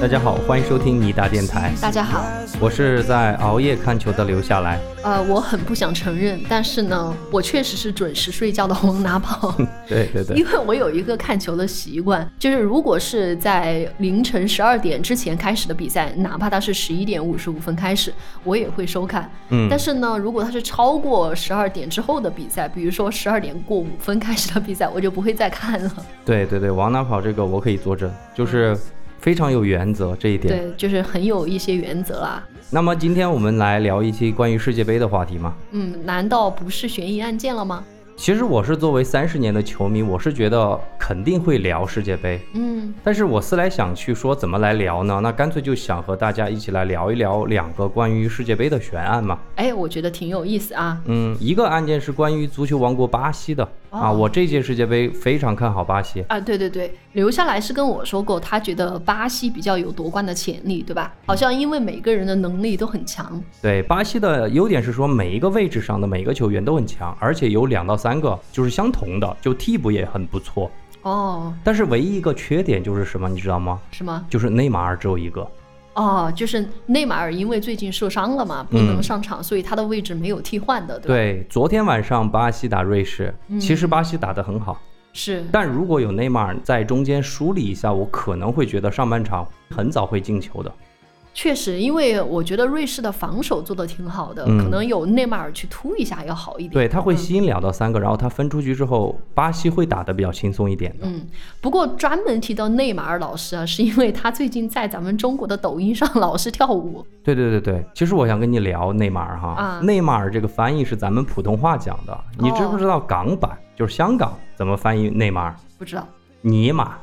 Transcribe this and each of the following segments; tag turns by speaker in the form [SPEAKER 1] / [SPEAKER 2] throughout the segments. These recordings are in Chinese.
[SPEAKER 1] 大家好，欢迎收听尼达电台，
[SPEAKER 2] 大家好，
[SPEAKER 1] 我是在熬夜看球的留下来。
[SPEAKER 2] 呃，我很不想承认，但是呢，我确实是准时睡觉的王拿炮。
[SPEAKER 1] 对对 对，
[SPEAKER 2] 因为我有一个看球的习惯，就是如果是在凌晨十二点之前开始的比赛，哪怕它是十一点五十五分开始，我也会收看。
[SPEAKER 1] 嗯
[SPEAKER 2] 但是呢，如果它是超过十二点之后的比赛，比如说十二点过五分开始的比赛，我就不会再看了。
[SPEAKER 1] 对对对，往哪跑这个我可以作证，就是非常有原则这一点。
[SPEAKER 2] 对，就是很有一些原则啊啦。
[SPEAKER 1] 那么今天我们来聊一期关于世界杯的话题嘛。
[SPEAKER 2] 嗯，难道不是悬疑案件了吗？
[SPEAKER 1] 其实我是作为三十年的球迷，我是觉得肯定会聊世界杯，
[SPEAKER 2] 嗯，
[SPEAKER 1] 但是我思来想去说怎么来聊呢？那干脆就想和大家一起来聊一聊两个关于世界杯的悬案嘛。
[SPEAKER 2] 哎，我觉得挺有意思啊。
[SPEAKER 1] 嗯，一个案件是关于足球王国巴西的、啊，
[SPEAKER 2] 哦
[SPEAKER 1] 我这届世界杯非常看好巴西。
[SPEAKER 2] 啊，对对对，留下来是跟我说过，他觉得巴西比较有夺冠的潜力，对吧？好像因为每个人的能力都很强，
[SPEAKER 1] 对，巴西的优点是说每一个位置上的每一个球员都很强，而且有两到三个就是相同的，就替补也很不错。
[SPEAKER 2] 哦，
[SPEAKER 1] 但是唯一一个缺点就是什么，你知道吗？
[SPEAKER 2] 是吗？
[SPEAKER 1] 就是内马尔只有一个。
[SPEAKER 2] 哦，就是内马尔因为最近受伤了嘛，
[SPEAKER 1] 嗯
[SPEAKER 2] 不能上场，所以他的位置没有替换的，对吧？
[SPEAKER 1] 对，昨天晚上巴西打瑞士，其实巴西打得很好，
[SPEAKER 2] 是，
[SPEAKER 1] 但如果有内马尔在中间梳理一下，我可能会觉得上半场很早会进球的。
[SPEAKER 2] 确实，因为我觉得瑞士的防守做得挺好的，
[SPEAKER 1] 嗯
[SPEAKER 2] 可能有内马尔去突一下要好一点。
[SPEAKER 1] 对，他会吸引两到三个，然后他分出去之后，巴西会打得比较轻松一点的。
[SPEAKER 2] 嗯，不过专门提到内马尔老师啊，是因为他最近在咱们中国的抖音上老是跳舞，
[SPEAKER 1] 对对对对，其实我想跟你聊内马尔哈，
[SPEAKER 2] 啊
[SPEAKER 1] 内马尔这个翻译是咱们普通话讲的，你知不
[SPEAKER 2] 哦
[SPEAKER 1] 知道港版、就是香港怎么翻译内马尔？
[SPEAKER 2] 不知道
[SPEAKER 1] 尼玛，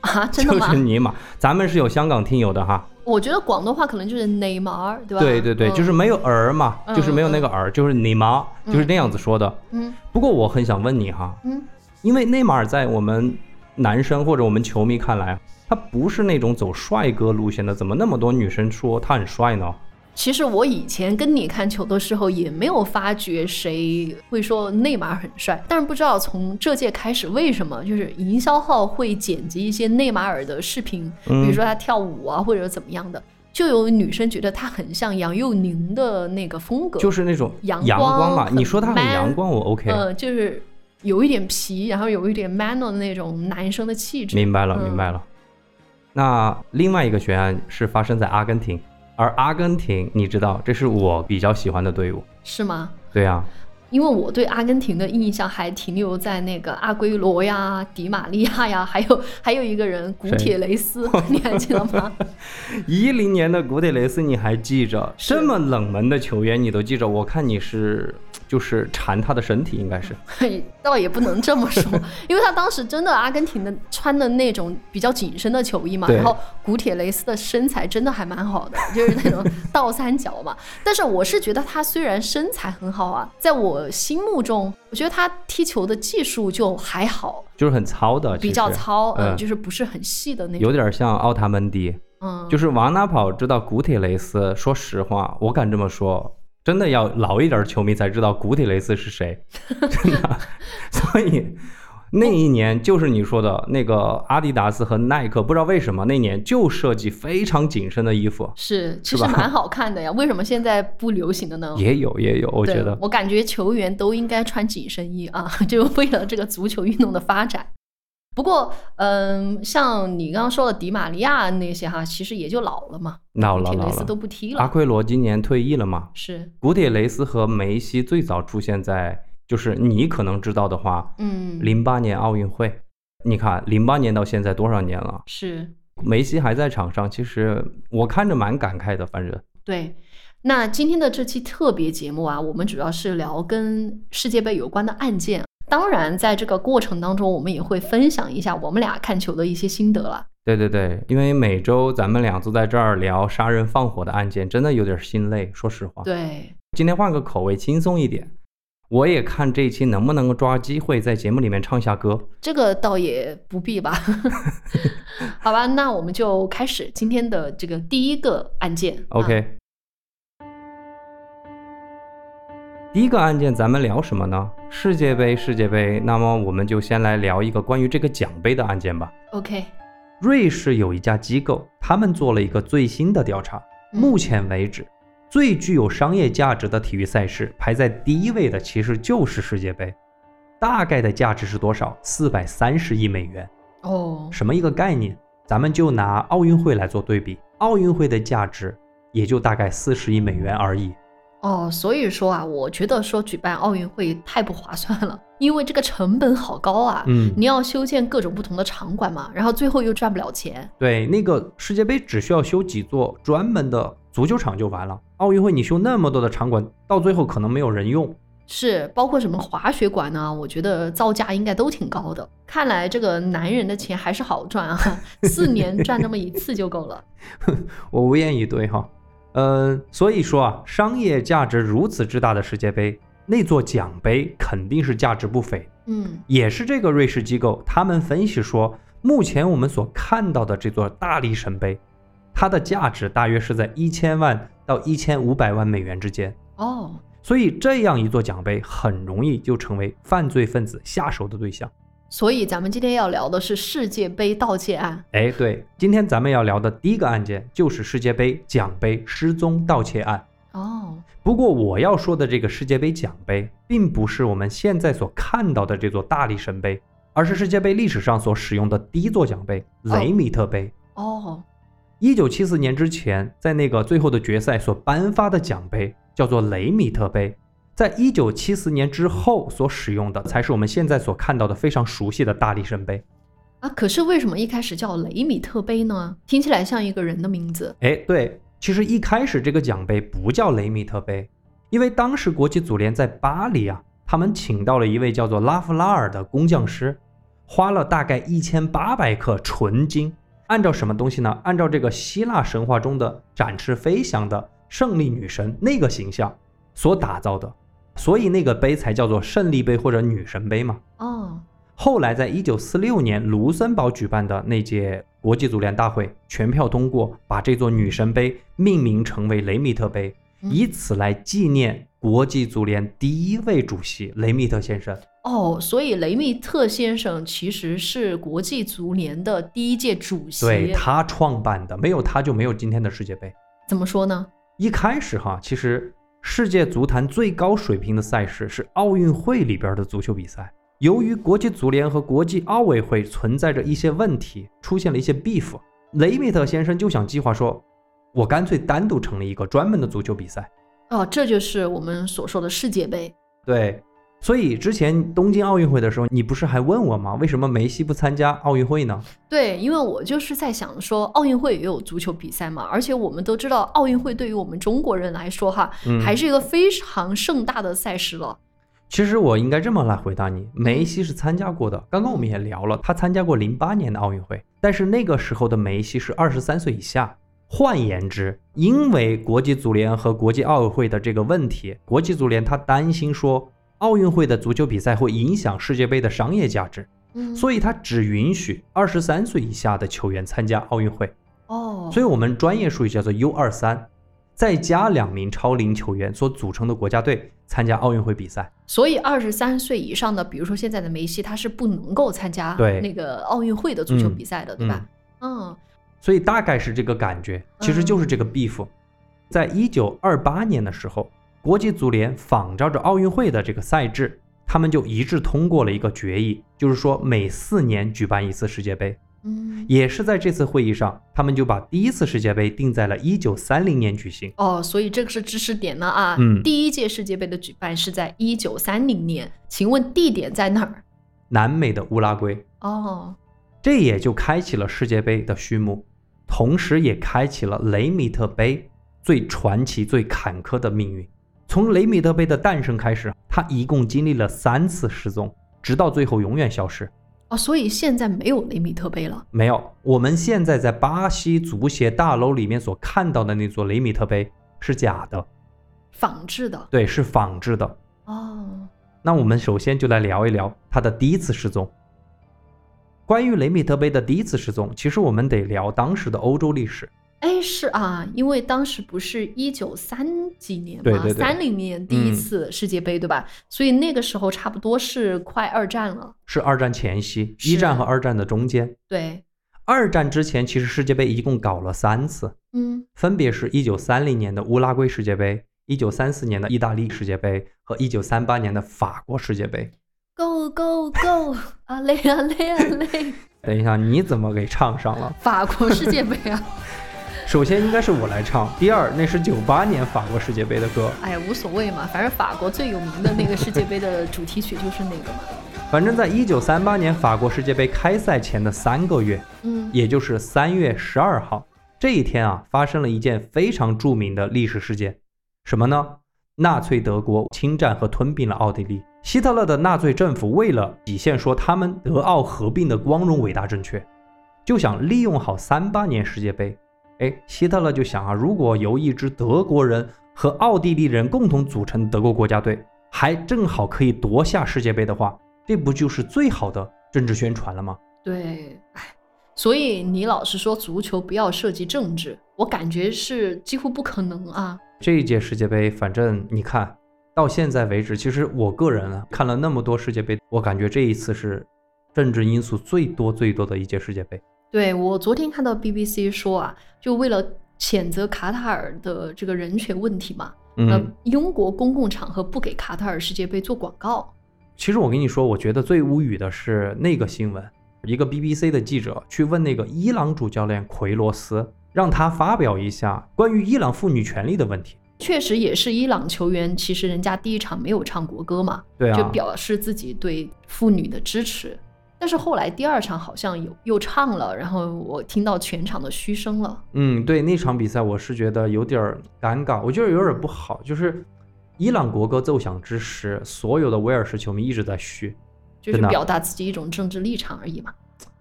[SPEAKER 2] 啊，真的
[SPEAKER 1] 就
[SPEAKER 2] 吗？
[SPEAKER 1] 是尼玛。咱们是有香港听友的哈，
[SPEAKER 2] 我觉得广东话可能就是内马尔，对吧？
[SPEAKER 1] 对对对，
[SPEAKER 2] 嗯
[SPEAKER 1] 就是没有儿嘛，
[SPEAKER 2] 嗯
[SPEAKER 1] 就是没有那个儿，就是尼玛，就是那样子说的。
[SPEAKER 2] 嗯
[SPEAKER 1] 不过我很想问你哈，
[SPEAKER 2] 嗯，
[SPEAKER 1] 因为内马尔在我们男生或者我们球迷看来，他不是那种走帅哥路线的，怎么那么多女生说他很帅呢？
[SPEAKER 2] 其实我以前跟你看球的时候，也没有发觉谁会说内马尔很帅，但是不知道从这届开始，为什么就是营销号会剪辑一些内马尔的视频，
[SPEAKER 1] 嗯
[SPEAKER 2] 比如说他跳舞啊，或者怎么样的，就有女生觉得他很像杨佑宁的那个风格，
[SPEAKER 1] 就是是那种
[SPEAKER 2] 阳
[SPEAKER 1] 阳光嘛，
[SPEAKER 2] 光
[SPEAKER 1] 你
[SPEAKER 2] 很
[SPEAKER 1] 说他很
[SPEAKER 2] man
[SPEAKER 1] 阳光，我 OK。
[SPEAKER 2] 呃，就是有一点皮，然后有一点 man 的那种男生的气质。
[SPEAKER 1] 明白了，
[SPEAKER 2] 嗯
[SPEAKER 1] 明白了。那另外一个悬案是发生在阿根廷，而阿根廷，你知道，这是我比较喜欢的队伍。
[SPEAKER 2] 是吗？
[SPEAKER 1] 对啊，
[SPEAKER 2] 因为我对阿根廷的印象还停留在那个阿圭罗呀、迪玛利亚呀，还有 还有一个人古
[SPEAKER 1] 谁
[SPEAKER 2] 铁雷斯， 你还记 得吗？
[SPEAKER 1] 一零年的古典雷斯你还记着？
[SPEAKER 2] 是
[SPEAKER 1] 这么冷门的球员你都记着？我看你是就是馋他的身体，应该是。
[SPEAKER 2] 嘿哎倒也不能 这么说，因为他当时真的阿根廷的穿的那种比较紧身的球衣嘛，
[SPEAKER 1] 对
[SPEAKER 2] 然后古铁雷斯的身材真的还蛮好的，就是那种倒三角 嘛。但是我是觉得他虽然身材很好啊，在我心目中，我觉得他踢球的技术就还好，
[SPEAKER 1] 就是很糙的，
[SPEAKER 2] 比较
[SPEAKER 1] 其实，
[SPEAKER 2] 糙，呃，
[SPEAKER 1] 嗯
[SPEAKER 2] 就是不是很细的那种，
[SPEAKER 1] 有点像奥塔门迪。
[SPEAKER 2] 嗯，
[SPEAKER 1] 就是瓦纳跑知道古铁雷斯，说实话，我敢这么说，真的要老一点儿球迷才知道古铁雷斯是 谁，真的。所以那一年就是你说的那个阿迪达斯和耐克，不知道为什么那年就设计非常紧身的衣服，嗯
[SPEAKER 2] 是，
[SPEAKER 1] 是
[SPEAKER 2] 其实
[SPEAKER 1] 吧
[SPEAKER 2] 蛮好看的呀。为什么现在不流行的呢？
[SPEAKER 1] 也有也有，我
[SPEAKER 2] 我
[SPEAKER 1] 觉得。
[SPEAKER 2] 我感觉球员都应该穿紧身衣啊， 就为了这个足球运动的发展。不过，嗯，像你刚刚说的迪玛利亚那些哈，其实也就老了嘛，
[SPEAKER 1] 老了
[SPEAKER 2] 铁
[SPEAKER 1] 老
[SPEAKER 2] 雷斯
[SPEAKER 1] 了啊
[SPEAKER 2] 都，不踢了，
[SPEAKER 1] 阿奎罗今年退役了嘛？
[SPEAKER 2] 是，
[SPEAKER 1] 古铁雷斯和梅西最早出现在，就是你可能知道的话，
[SPEAKER 2] 嗯，
[SPEAKER 1] 零八年奥运会。你看，零八年到现在多少年了？
[SPEAKER 2] 是，
[SPEAKER 1] 梅西还在场上，其实我看着蛮感慨的。反正
[SPEAKER 2] 对。那今天的这期特别节目啊，我们主要是聊跟世界杯有关的案件。当然，在这个过程当中，我们也会分享一下我们俩看球的一些心得了。
[SPEAKER 1] 对对对，因为每周咱们俩坐在这儿聊杀人放火的案件，真的有点心累。说实话，
[SPEAKER 2] 对，
[SPEAKER 1] 今天换个口味，轻松一点。我也看这一期能不能够抓机会在节目里面唱下歌。
[SPEAKER 2] 这个倒也不必吧。 好吧，那我们就开始今天的这个第一个案件。啊
[SPEAKER 1] OK，、第一个案件咱们聊什么呢？世界杯，世界杯。那么我们就先来聊一个关于这个奖杯的案件吧。
[SPEAKER 2] OK，
[SPEAKER 1] 瑞士有一家机构，他们做了一个最新的调查，
[SPEAKER 2] 嗯
[SPEAKER 1] 目前为止。最具有商业价值的体育赛事排在第一位的其实就是世界杯，大概的价值是多少？四百三十亿美元。
[SPEAKER 2] 哦，
[SPEAKER 1] 什么一个概念？咱们就拿奥运会来做对比，奥运会的价值也就大概四十亿美元而已。
[SPEAKER 2] 哦，所以说啊，我觉得说举办奥运会太不划算了，因为这个成本好高啊。
[SPEAKER 1] 嗯，
[SPEAKER 2] 你要修建各种不同的场馆嘛，然后最后又赚不了钱。
[SPEAKER 1] 对，那个世界杯只需要修几座专门的足球场就完了。奥运会你修那么多的场馆，到最后可能没有人用。
[SPEAKER 2] 是，包括什么滑雪馆呢？我觉得造价应该都挺高的。看来这个男人的钱还是好赚啊， 四年赚这么一次就够了。
[SPEAKER 1] 我无言以对哈。呃，所以说啊，商业价值如此之大的世界杯，那座奖杯肯定是价值不菲。
[SPEAKER 2] 嗯，
[SPEAKER 1] 也是这个瑞士机构，他们分析说，目前我们所看到的这座大力神杯，它的价值大约是在一千万到一千五百万美元之间。
[SPEAKER 2] 哦，
[SPEAKER 1] 所以，这样一座奖杯很容易就成为犯罪分子下手的对象。
[SPEAKER 2] 所以咱们今天要聊的是世界杯盗窃案。
[SPEAKER 1] 哎，对，今天咱们要聊的第一个案件就是世界杯奖杯失踪盗窃案。
[SPEAKER 2] 哦，
[SPEAKER 1] 不过我要说的这个世界杯奖杯，并不是我们现在所看到的这座大力神杯，而是世界杯历史上所使用的第一座奖杯——雷米特杯。
[SPEAKER 2] 哦，
[SPEAKER 1] 一九七四年之前，在那个最后的决赛所颁发的奖杯叫做雷米特杯，在一九七四年之后所使用的才是我们现在所看到的非常熟悉的大力神杯。
[SPEAKER 2] 啊，可是为什么一开始叫雷米特杯呢？听起来像一个人的名字。
[SPEAKER 1] 哎，对，其实一开始这个奖杯不叫雷米特杯，因为当时国际足联在巴黎啊，他们请到了一位叫做拉夫拉尔的工匠师，花了大概一千八百克纯金，按照什么东西呢？按照这个希腊神话中的展翅飞翔的胜利女神那个形象所打造的，所以那个杯才叫做胜利杯或者女神杯嘛。
[SPEAKER 2] 哦，
[SPEAKER 1] 后来，在一九四六年卢森堡举办的那届国际足联大会，全票通过把这座女神杯命名成为雷米特杯，
[SPEAKER 2] 嗯
[SPEAKER 1] 以此来纪念国际足联第一位主席雷米特先生。
[SPEAKER 2] 哦，所以雷密特先生其实是国际足联的第一届主席。
[SPEAKER 1] 对他创办的，没有他就没有今天的世界杯。
[SPEAKER 2] 怎么说呢？
[SPEAKER 1] 一开始哈，其实世界足坛最高水平的赛事是奥运会里边的足球比赛。由于国际足联和国际奥委会存在着一些问题，出现了一些 beef，雷米特先生就想计划说，我干脆单独成立一个专门的足球比赛。
[SPEAKER 2] 哦，这就是我们所说的世界杯。
[SPEAKER 1] 对，所以之前东京奥运会的时候，你不是还问我吗？为什么梅西不参加奥运会呢？
[SPEAKER 2] 对，因为我就是在想说，奥运会也有足球比赛嘛，而且我们都知道，奥运会对于我们中国人来说哈，
[SPEAKER 1] 嗯
[SPEAKER 2] 还是一个非常盛大的赛事了。
[SPEAKER 1] 其实我应该这么来回答你：梅西是参加过的。刚刚我们也聊了，他参加过零八年的奥运会，但是那个时候的梅西是二十三岁以下。换言之，因为国际足联和国际奥委会的这个问题，国际足联他担心说奥运会的足球比赛会影响世界杯的商业价值，
[SPEAKER 2] 嗯，
[SPEAKER 1] 所以他只允许二十三岁以下的球员参加奥运会。
[SPEAKER 2] 哦，
[SPEAKER 1] 所以我们专业术语叫做 U 二三，再加两名超龄球员所组成的国家队参加奥运会比赛。
[SPEAKER 2] 所以二十三岁以上的，比如说现在的梅西，他是不能够参加
[SPEAKER 1] 对
[SPEAKER 2] 那个奥运会的足球比赛的，对
[SPEAKER 1] 嗯
[SPEAKER 2] 吧？嗯，
[SPEAKER 1] 所以大概是这个感觉，其实就是这个 beef。在一九二八年的时候，国际足联仿照着奥运会的这个赛制，他们就一致通过了一个决议，就是说每四年举办一次世界杯。
[SPEAKER 2] 嗯，
[SPEAKER 1] 也是在这次会议上，他们就把第一次世界杯定在了一九三零年举行。
[SPEAKER 2] 哦，所以这个是知识点呢啊。
[SPEAKER 1] 嗯
[SPEAKER 2] 第一届世界杯的举办是在一九三零年，请问地点在哪儿？
[SPEAKER 1] 南美的乌拉圭，
[SPEAKER 2] 哦，
[SPEAKER 1] 这也就开启了世界杯的序幕，同时也开启了雷米特杯最传奇、最坎坷的命运。从雷米特杯的诞生开始，它一共经历了三次失踪，直到最后永远消失。
[SPEAKER 2] 哦，所以现在没有雷米特杯了。
[SPEAKER 1] 没有，我们现在在巴西足协大楼里面所看到的那座雷米特杯是假的，
[SPEAKER 2] 仿制的
[SPEAKER 1] 对，是仿制的。
[SPEAKER 2] 哦，
[SPEAKER 1] 那我们首先就来聊一聊他的第一次失踪。关于雷米特杯的第一次失踪，其实我们得聊当时的欧洲历史。
[SPEAKER 2] 哎是啊，因为当时不是一九三几年
[SPEAKER 1] 对
[SPEAKER 2] 嘛
[SPEAKER 1] 对，对
[SPEAKER 2] 三零年第一
[SPEAKER 1] 嗯
[SPEAKER 2] 次世界杯、对吧？所以那个时候差不多是快二战了，
[SPEAKER 1] 是二战前夕，
[SPEAKER 2] 是
[SPEAKER 1] 一战和二战的中间。
[SPEAKER 2] 对，
[SPEAKER 1] 二战之前，其实世界杯一共搞了三次，
[SPEAKER 2] 嗯
[SPEAKER 1] 分别是一九三零年的乌拉圭世界杯、一九三四年的意大利世界杯和一九三八年的法国世界杯。
[SPEAKER 2] ，Go Go Go，啊 嘞啊嘞啊嘞，
[SPEAKER 1] 等一下，你怎么给唱上了？
[SPEAKER 2] 法国世界杯 啊，
[SPEAKER 1] 首先应该是我来唱，第二那是九八年法国世界杯的歌，
[SPEAKER 2] 哎呀无所谓嘛，反正法国最有名的那个世界杯的主题曲就是那个嘛，
[SPEAKER 1] 反正在一九三八年法国世界杯开赛前的三个月，
[SPEAKER 2] 嗯
[SPEAKER 1] 也就是三月十二号这一天啊，发生了一件非常著名的历史事件，什么呢？纳粹德国侵占和吞并了奥地利。希特勒的纳粹政府为了体现说他们德奥合并的光荣伟大正确，就想利用好三八年世界杯。哎，希特勒就想啊，如果由一支德国人和奥地利人共同组成德国国家队，还正好可以夺下世界杯的话，这不就是最好的政治宣传了吗？
[SPEAKER 2] 对，哎，所以你老是说足球不要涉及政治，我感觉是几乎不可能啊，
[SPEAKER 1] 这一届世界杯，反正你看到现在为止，其实我个人啊看了那么多世界杯，我感觉这一次是政治因素最多最多的一届世界杯。
[SPEAKER 2] 对我昨天看到 BBC 说啊，就为了谴责卡塔尔的这个人权问题嘛，呃
[SPEAKER 1] 嗯，，
[SPEAKER 2] 英国公共场合不给卡塔尔世界杯做广告，
[SPEAKER 1] 其实我跟你说，我觉得最无语的是那个新闻，一个 BBC 的记者去问那个伊朗主教练奎罗斯，让他发表一下关于伊朗妇女权利的问题。
[SPEAKER 2] 确实也是伊朗球员，其实人家第一场没有唱国歌嘛，
[SPEAKER 1] 对啊，
[SPEAKER 2] 就表示自己对妇女的支持。但是后来第二场好像有又唱了，然后我听到全场的嘘声了。
[SPEAKER 1] 嗯，对那场比赛，我是觉得有点儿尴尬，我觉得有点儿不好，就是伊朗国歌奏响之时，所有的威尔士球迷一直在嘘。
[SPEAKER 2] 就是
[SPEAKER 1] 真的啊
[SPEAKER 2] 表达自己一种政治立场而已嘛。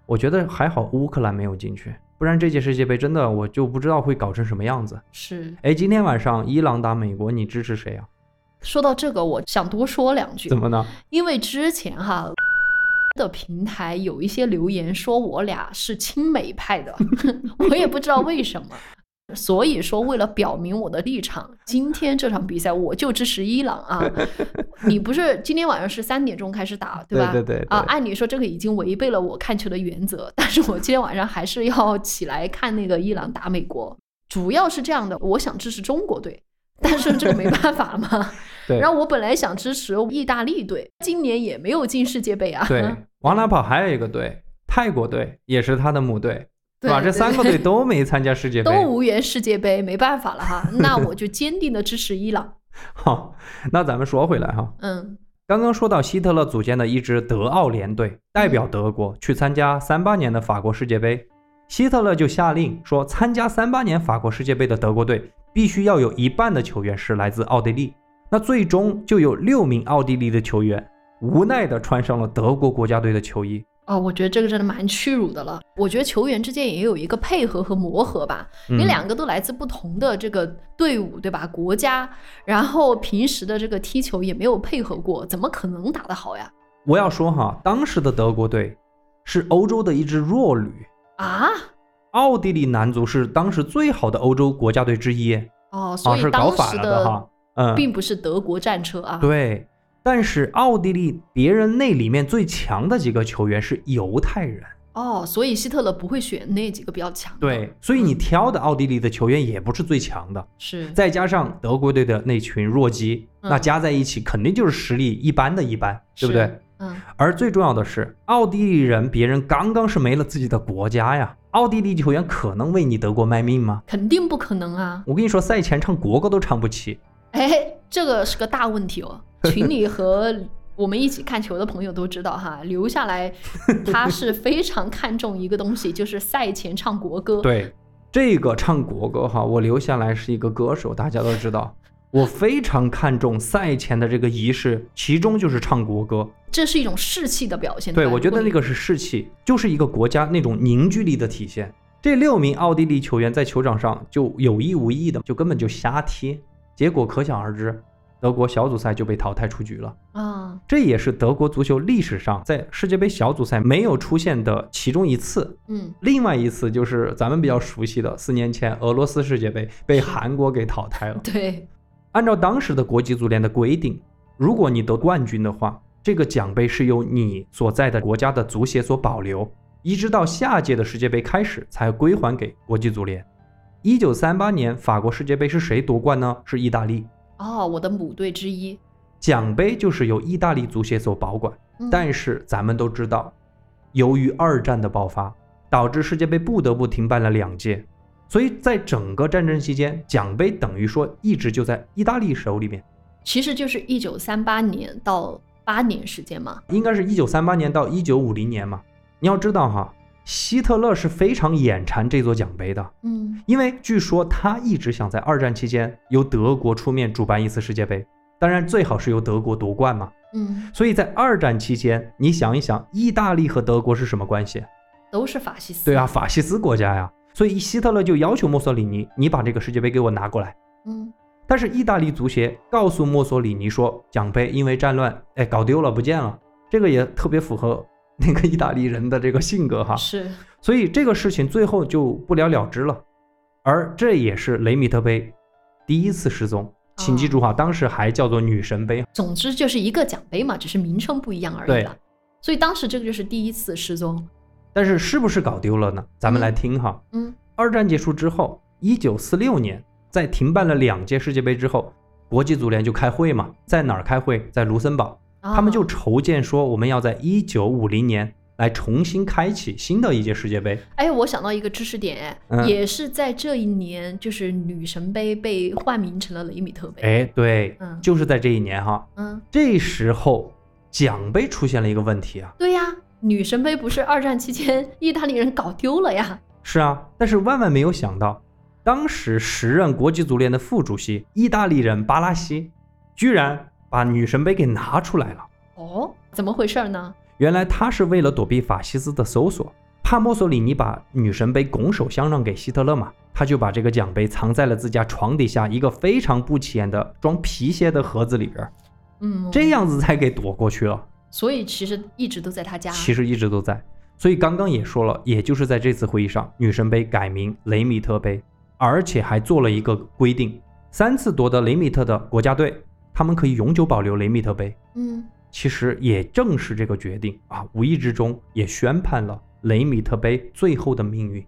[SPEAKER 1] 我觉得还好乌克兰没有进去，不然这届世界杯真的我就不知道会搞成什么样子。
[SPEAKER 2] 是，
[SPEAKER 1] 哎，今天晚上伊朗打美国，你支持谁啊？
[SPEAKER 2] 说到这个，我想多说两句
[SPEAKER 1] 怎，么呢？
[SPEAKER 2] 因为之前哈的平台有一些留言说我俩是亲美派的， 我也不知道为什么。所以说，为了表明我的立场，今天这场比赛我就支持伊朗 啊！你不是今天晚上是三点钟开始打，对吧？
[SPEAKER 1] 对对对
[SPEAKER 2] 啊，按理说这个已经违背了我看球的原则，但是我今天晚上还是要起来看那个伊朗打美国。主要是这样的，我想支持中国队，但是这个没办法嘛。
[SPEAKER 1] 对
[SPEAKER 2] 然后我本来想支持意大利队，今年也没有进世界杯啊。
[SPEAKER 1] 对，王拉跑还有一个队，泰国队也是他的母队，
[SPEAKER 2] 对
[SPEAKER 1] 是吧？这
[SPEAKER 2] 对
[SPEAKER 1] 三个队都没参加世界杯
[SPEAKER 2] 都。无缘世界杯，没办法了哈。 那我就坚定的支持伊朗。
[SPEAKER 1] 好，那咱们说回来哈，
[SPEAKER 2] 嗯，
[SPEAKER 1] 刚刚说到希特勒组建的一支德奥联队，代
[SPEAKER 2] 嗯
[SPEAKER 1] 表德国去参加三八年的法国世界杯。希特勒就下令说，参加三八年法国世界杯的德国队必须要有一半的球员是来自奥地利。那最终就有六名奥地利的球员无奈地穿上了德国国家队的球衣。
[SPEAKER 2] 哦，我觉得这个真的蛮屈辱的了。我觉得球员之间也有一个配合和磨合吧。
[SPEAKER 1] 嗯
[SPEAKER 2] 你两个都来自不同的这个队伍，对吧？国家，然后平时的这个踢球也没有配合过，怎么可能打得好呀？
[SPEAKER 1] 我要说哈，当时的德国队是欧洲的一支弱旅，
[SPEAKER 2] 啊，
[SPEAKER 1] 奥地利男足是当时最好的欧洲国家队之一，
[SPEAKER 2] 哦，所
[SPEAKER 1] 啊，
[SPEAKER 2] 以
[SPEAKER 1] 是搞
[SPEAKER 2] 当
[SPEAKER 1] 反
[SPEAKER 2] 时
[SPEAKER 1] 了哈，嗯，
[SPEAKER 2] 并不是德国战车啊。
[SPEAKER 1] 对，但是奥地利别人那里面最强的几个球员是犹太人，
[SPEAKER 2] 哦，所以希特勒不会选那几个比较强的。
[SPEAKER 1] 对，啊所以你挑的奥地利的球员也不是最强的，
[SPEAKER 2] 是
[SPEAKER 1] 再加上德国队的那群弱鸡，那
[SPEAKER 2] 嗯
[SPEAKER 1] 加在一起肯定就是实力一般的一般，对不对
[SPEAKER 2] 是？嗯，
[SPEAKER 1] 而最重要的是，奥地利人别人刚刚是没了自己的国家呀，奥地利球员可能为你德国卖命吗？
[SPEAKER 2] 肯定不可能啊！
[SPEAKER 1] 我跟你说，赛前唱国歌都唱不起，
[SPEAKER 2] 哎，这个是个大问题 哦。群里和我们一起看球的朋友都知道哈， 留下来他是非常看重一个东西，就是赛前唱国歌。
[SPEAKER 1] 对，这个唱国歌哈，我留下来是一个歌手，大家都知道。我非常看重赛前的这个仪式，其中就是唱国歌。
[SPEAKER 2] 这是一种士气的表现。
[SPEAKER 1] 对，
[SPEAKER 2] 吧
[SPEAKER 1] 我觉得
[SPEAKER 2] 如
[SPEAKER 1] 那
[SPEAKER 2] 果
[SPEAKER 1] 个是士气，就是一个国家那种凝聚力的体现。这六名奥地利球员在球场上就有意无意的，就根本就瞎踢，结果可想而知，德国小组赛就被淘汰出局了。
[SPEAKER 2] 你啊，
[SPEAKER 1] 这也是德国足球历史上在世界杯小组赛没有出现的其中一次。
[SPEAKER 2] 嗯，
[SPEAKER 1] 另外一次就是咱们比较熟悉的四年前俄罗斯世界杯被韩国给淘汰了。
[SPEAKER 2] 对，
[SPEAKER 1] 按照当时的国际足联的规定，如果你得冠军的话，这个奖杯是由你所在的国家的足协所保留，一直到下届的世界杯开始才归还给国际足联。一九三八年法国世界杯是谁夺冠呢？是意大利。
[SPEAKER 2] 哦，我的母队之一。
[SPEAKER 1] 奖杯就是由意大利足协所保管，
[SPEAKER 2] 嗯
[SPEAKER 1] 但是咱们都知道，由于二战的爆发，导致世界杯不得不停办了两届，所以在整个战争期间，奖杯等于说一直就在意大利手里面，
[SPEAKER 2] 其实就是一九三八年到八年时间嘛。
[SPEAKER 1] 应该是一九三八年到一九五零年嘛。你要知道哈，希特勒是非常眼馋这座奖杯的，
[SPEAKER 2] 嗯，
[SPEAKER 1] 因为据说他一直想在二战期间由德国出面主办一次世界杯，当然最好是由德国夺冠嘛。
[SPEAKER 2] 嗯，
[SPEAKER 1] 所以在二战期间，你想一想，意大利和德国是什么关系？
[SPEAKER 2] 都是法西斯。
[SPEAKER 1] 对啊，，法西斯国家呀。所以希特勒就要求墨索里尼，你把这个世界杯给我拿过来。
[SPEAKER 2] 嗯，
[SPEAKER 1] 但是意大利足协告诉墨索里尼说，奖杯因为战乱，哎，搞丢了，不见了。这个也特别符合那个意大利人的这个性格哈。
[SPEAKER 2] 是，
[SPEAKER 1] 所以这个事情最后就不了了之了。而这也是雷米特杯第一次失踪，请
[SPEAKER 2] 哦
[SPEAKER 1] 记住哈，当时还叫做女神杯。
[SPEAKER 2] 总之就是一个奖杯嘛，只是名称不一样而已
[SPEAKER 1] 对
[SPEAKER 2] 了。所以当时这个就是第一次失踪。
[SPEAKER 1] 但是是不是搞丢了呢？咱们来听哈。
[SPEAKER 2] 嗯
[SPEAKER 1] 二战结束之后，一九四六年，在停办了两届世界杯之后，国际足联就开会嘛，在哪儿开会？在卢森堡，
[SPEAKER 2] 啊
[SPEAKER 1] 他们就筹建说，我们要在一九五零年来重新开启新的一届世界杯。
[SPEAKER 2] 哎，我想到一个知识点，哎、
[SPEAKER 1] 嗯
[SPEAKER 2] 也是在这一年，就是女神杯被换名成了雷米特杯。
[SPEAKER 1] 哎，对，
[SPEAKER 2] 嗯
[SPEAKER 1] 就是在这一年哈。
[SPEAKER 2] 嗯，
[SPEAKER 1] 这时候奖杯出现了一个问题啊，
[SPEAKER 2] 对呀，女神杯不是二战期间意大利人搞丢了呀？
[SPEAKER 1] 是啊，但是万万没有想到，当时时任国际足联的副主席意大利人巴拉西，居然把女神杯给拿出来了。
[SPEAKER 2] 哦，怎么回事儿呢？
[SPEAKER 1] 原来他是为了躲避法西斯的搜索，怕墨索里尼把女神杯拱手相让给希特勒嘛，他就把这个奖杯藏在了自家床底下一个非常不起眼的装皮鞋的盒子里边，
[SPEAKER 2] 嗯，
[SPEAKER 1] 这样子才给躲过去了。
[SPEAKER 2] 所以其实一直都在他家。
[SPEAKER 1] 其实一直都在。所以刚刚也说了，也就是在这次会议上，女神杯改名雷米特杯，而且还做了一个规定：三次夺得雷米特的国家队，他们可以永久保留雷米特杯。
[SPEAKER 2] 嗯，
[SPEAKER 1] 其实也正是这个决定啊，无意之中也宣判了雷米特杯最后的命运。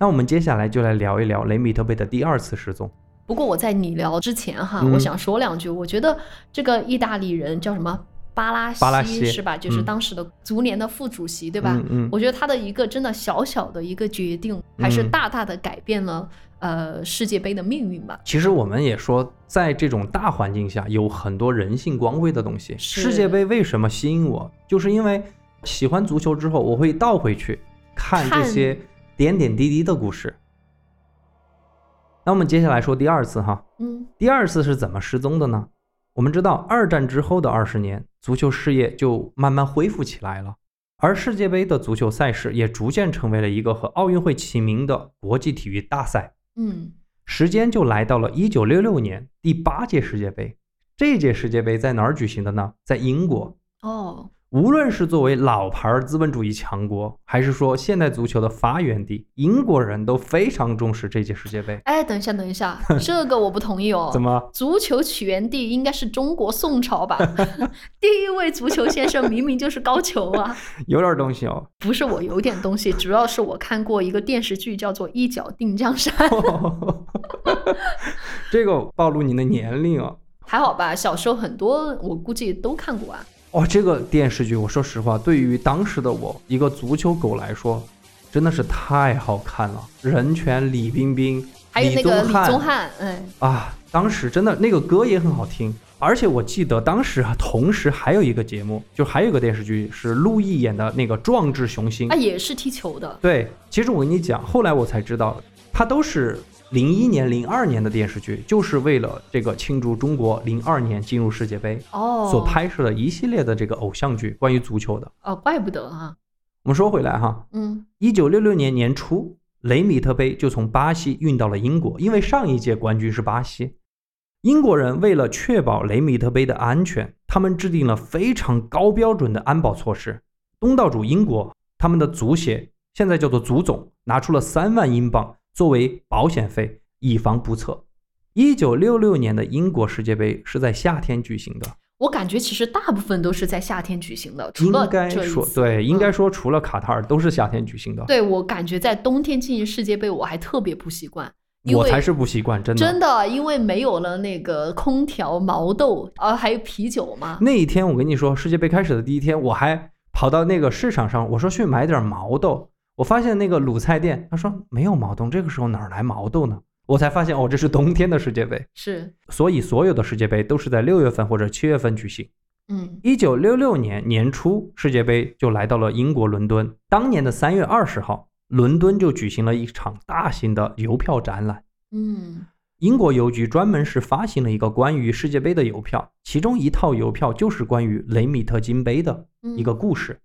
[SPEAKER 1] 那我们接下来就来聊一聊雷米特杯的第二次失踪。
[SPEAKER 2] 不过我在你聊之前哈，
[SPEAKER 1] 嗯
[SPEAKER 2] 我想说两句。我觉得这个意大利人叫什么巴拉西
[SPEAKER 1] 巴拉西
[SPEAKER 2] 是吧？就是
[SPEAKER 1] 嗯
[SPEAKER 2] 当时的足联的副主席、对吧？
[SPEAKER 1] 嗯嗯，
[SPEAKER 2] 我觉得他的一个真的小小的一个决定，还是
[SPEAKER 1] 嗯
[SPEAKER 2] 大大的改变了、呃世界杯的命运吧。
[SPEAKER 1] 其实我们也说，在这种大环境下，有很多人性光辉的东西。
[SPEAKER 2] 是
[SPEAKER 1] 世界杯为什么吸引我？就是因为喜欢足球之后，我会倒回去看
[SPEAKER 2] 看
[SPEAKER 1] 这些点点滴滴的故事。那我们接下来说第二次哈，
[SPEAKER 2] 嗯，
[SPEAKER 1] 第二次是怎么失踪的呢？我们知道，二战之后的二十年，足球事业就慢慢恢复起来了，而世界杯的足球赛事也逐渐成为了一个和奥运会齐名的国际体育大赛。
[SPEAKER 2] 嗯，
[SPEAKER 1] 时间就来到了一九六六年第八届世界杯。这届世界杯在哪儿举行的呢？在英国。
[SPEAKER 2] 哦，
[SPEAKER 1] 无论是作为老牌儿资本主义强国，还是说现代足球的发源地，英国人都非常重视这届世界杯。
[SPEAKER 2] 哎，等一下，等一下， 这个我不同意哦。
[SPEAKER 1] 怎么？
[SPEAKER 2] 足球起源地应该是中国宋朝吧？ 第一位足球先生明明就是高俅啊！
[SPEAKER 1] 有点东西哦。
[SPEAKER 2] 不是我有点东西，主要是我看过一个电视剧叫做《一脚定江山》，
[SPEAKER 1] 这个暴露你的年龄哦。
[SPEAKER 2] 还好吧？小时候很多我估计都看过啊。
[SPEAKER 1] 哦，这个电视剧，我说实话，对于当时的我一个足球狗来说，真的是太好看了。任泉、李冰冰、
[SPEAKER 2] 还有那个李
[SPEAKER 1] 汉
[SPEAKER 2] 宗翰，哎，
[SPEAKER 1] 啊，当时真的那个歌也很好听，而且我记得当时啊同时还有一个节目，就还有一个电视剧是陆毅演的那个《壮志雄心
[SPEAKER 2] 他》。也是踢球的。
[SPEAKER 1] 对，其实我跟你讲，后来我才知道，它都是零一年、零二年的电视剧，就是为了这个庆祝中国零二年进入世界杯
[SPEAKER 2] 哦，
[SPEAKER 1] 所拍摄的一系列的这个偶像剧，关于足球的。
[SPEAKER 2] 哦，怪不得啊。
[SPEAKER 1] 我们说回来哈，
[SPEAKER 2] 嗯，
[SPEAKER 1] 一九六六年年初，雷米特杯就从巴西运到了英国，因为上一届冠军是巴西。英国人为了确保雷米特杯的安全，他们制定了非常高标准的安保措施。东道主英国，他们的足协现在叫做足总，拿出了三万英镑作为保险费，以防不测。一九六六年的英国世界杯是在夏天举行的，
[SPEAKER 2] 我感觉其实大部分都是在夏天举行的，除
[SPEAKER 1] 应
[SPEAKER 2] 了
[SPEAKER 1] 该
[SPEAKER 2] 这一
[SPEAKER 1] 说
[SPEAKER 2] 次
[SPEAKER 1] 对，应
[SPEAKER 2] 嗯
[SPEAKER 1] 该说除了卡塔尔都是夏天举行的，
[SPEAKER 2] 对我感觉在冬天进行世界杯，我还特别不习惯，因
[SPEAKER 1] 我
[SPEAKER 2] 为
[SPEAKER 1] 才是不习惯，真的。
[SPEAKER 2] 真的，因为没有了那个空调、毛豆，啊，还有啤酒嘛。
[SPEAKER 1] 那一天我跟你说，世界杯开始的第一天，我还跑到那个市场上，我说去买点毛豆，我发现那个鲁菜店，他说没有毛豆，这个时候哪儿来毛豆呢？我才发现哦，这是冬天的世界杯，
[SPEAKER 2] 是，
[SPEAKER 1] 所以所有的世界杯都是在六月份或者七月份举行。
[SPEAKER 2] 嗯，
[SPEAKER 1] 一九六六年年初，世界杯就来到了英国伦敦。当年的三月二十号，伦敦就举行了一场大型的邮票展览。
[SPEAKER 2] 嗯，
[SPEAKER 1] 英国邮局专门是发行了一个关于世界杯的邮票，其中一套邮票就是关于雷米特金杯的
[SPEAKER 2] 嗯
[SPEAKER 1] 一个故事。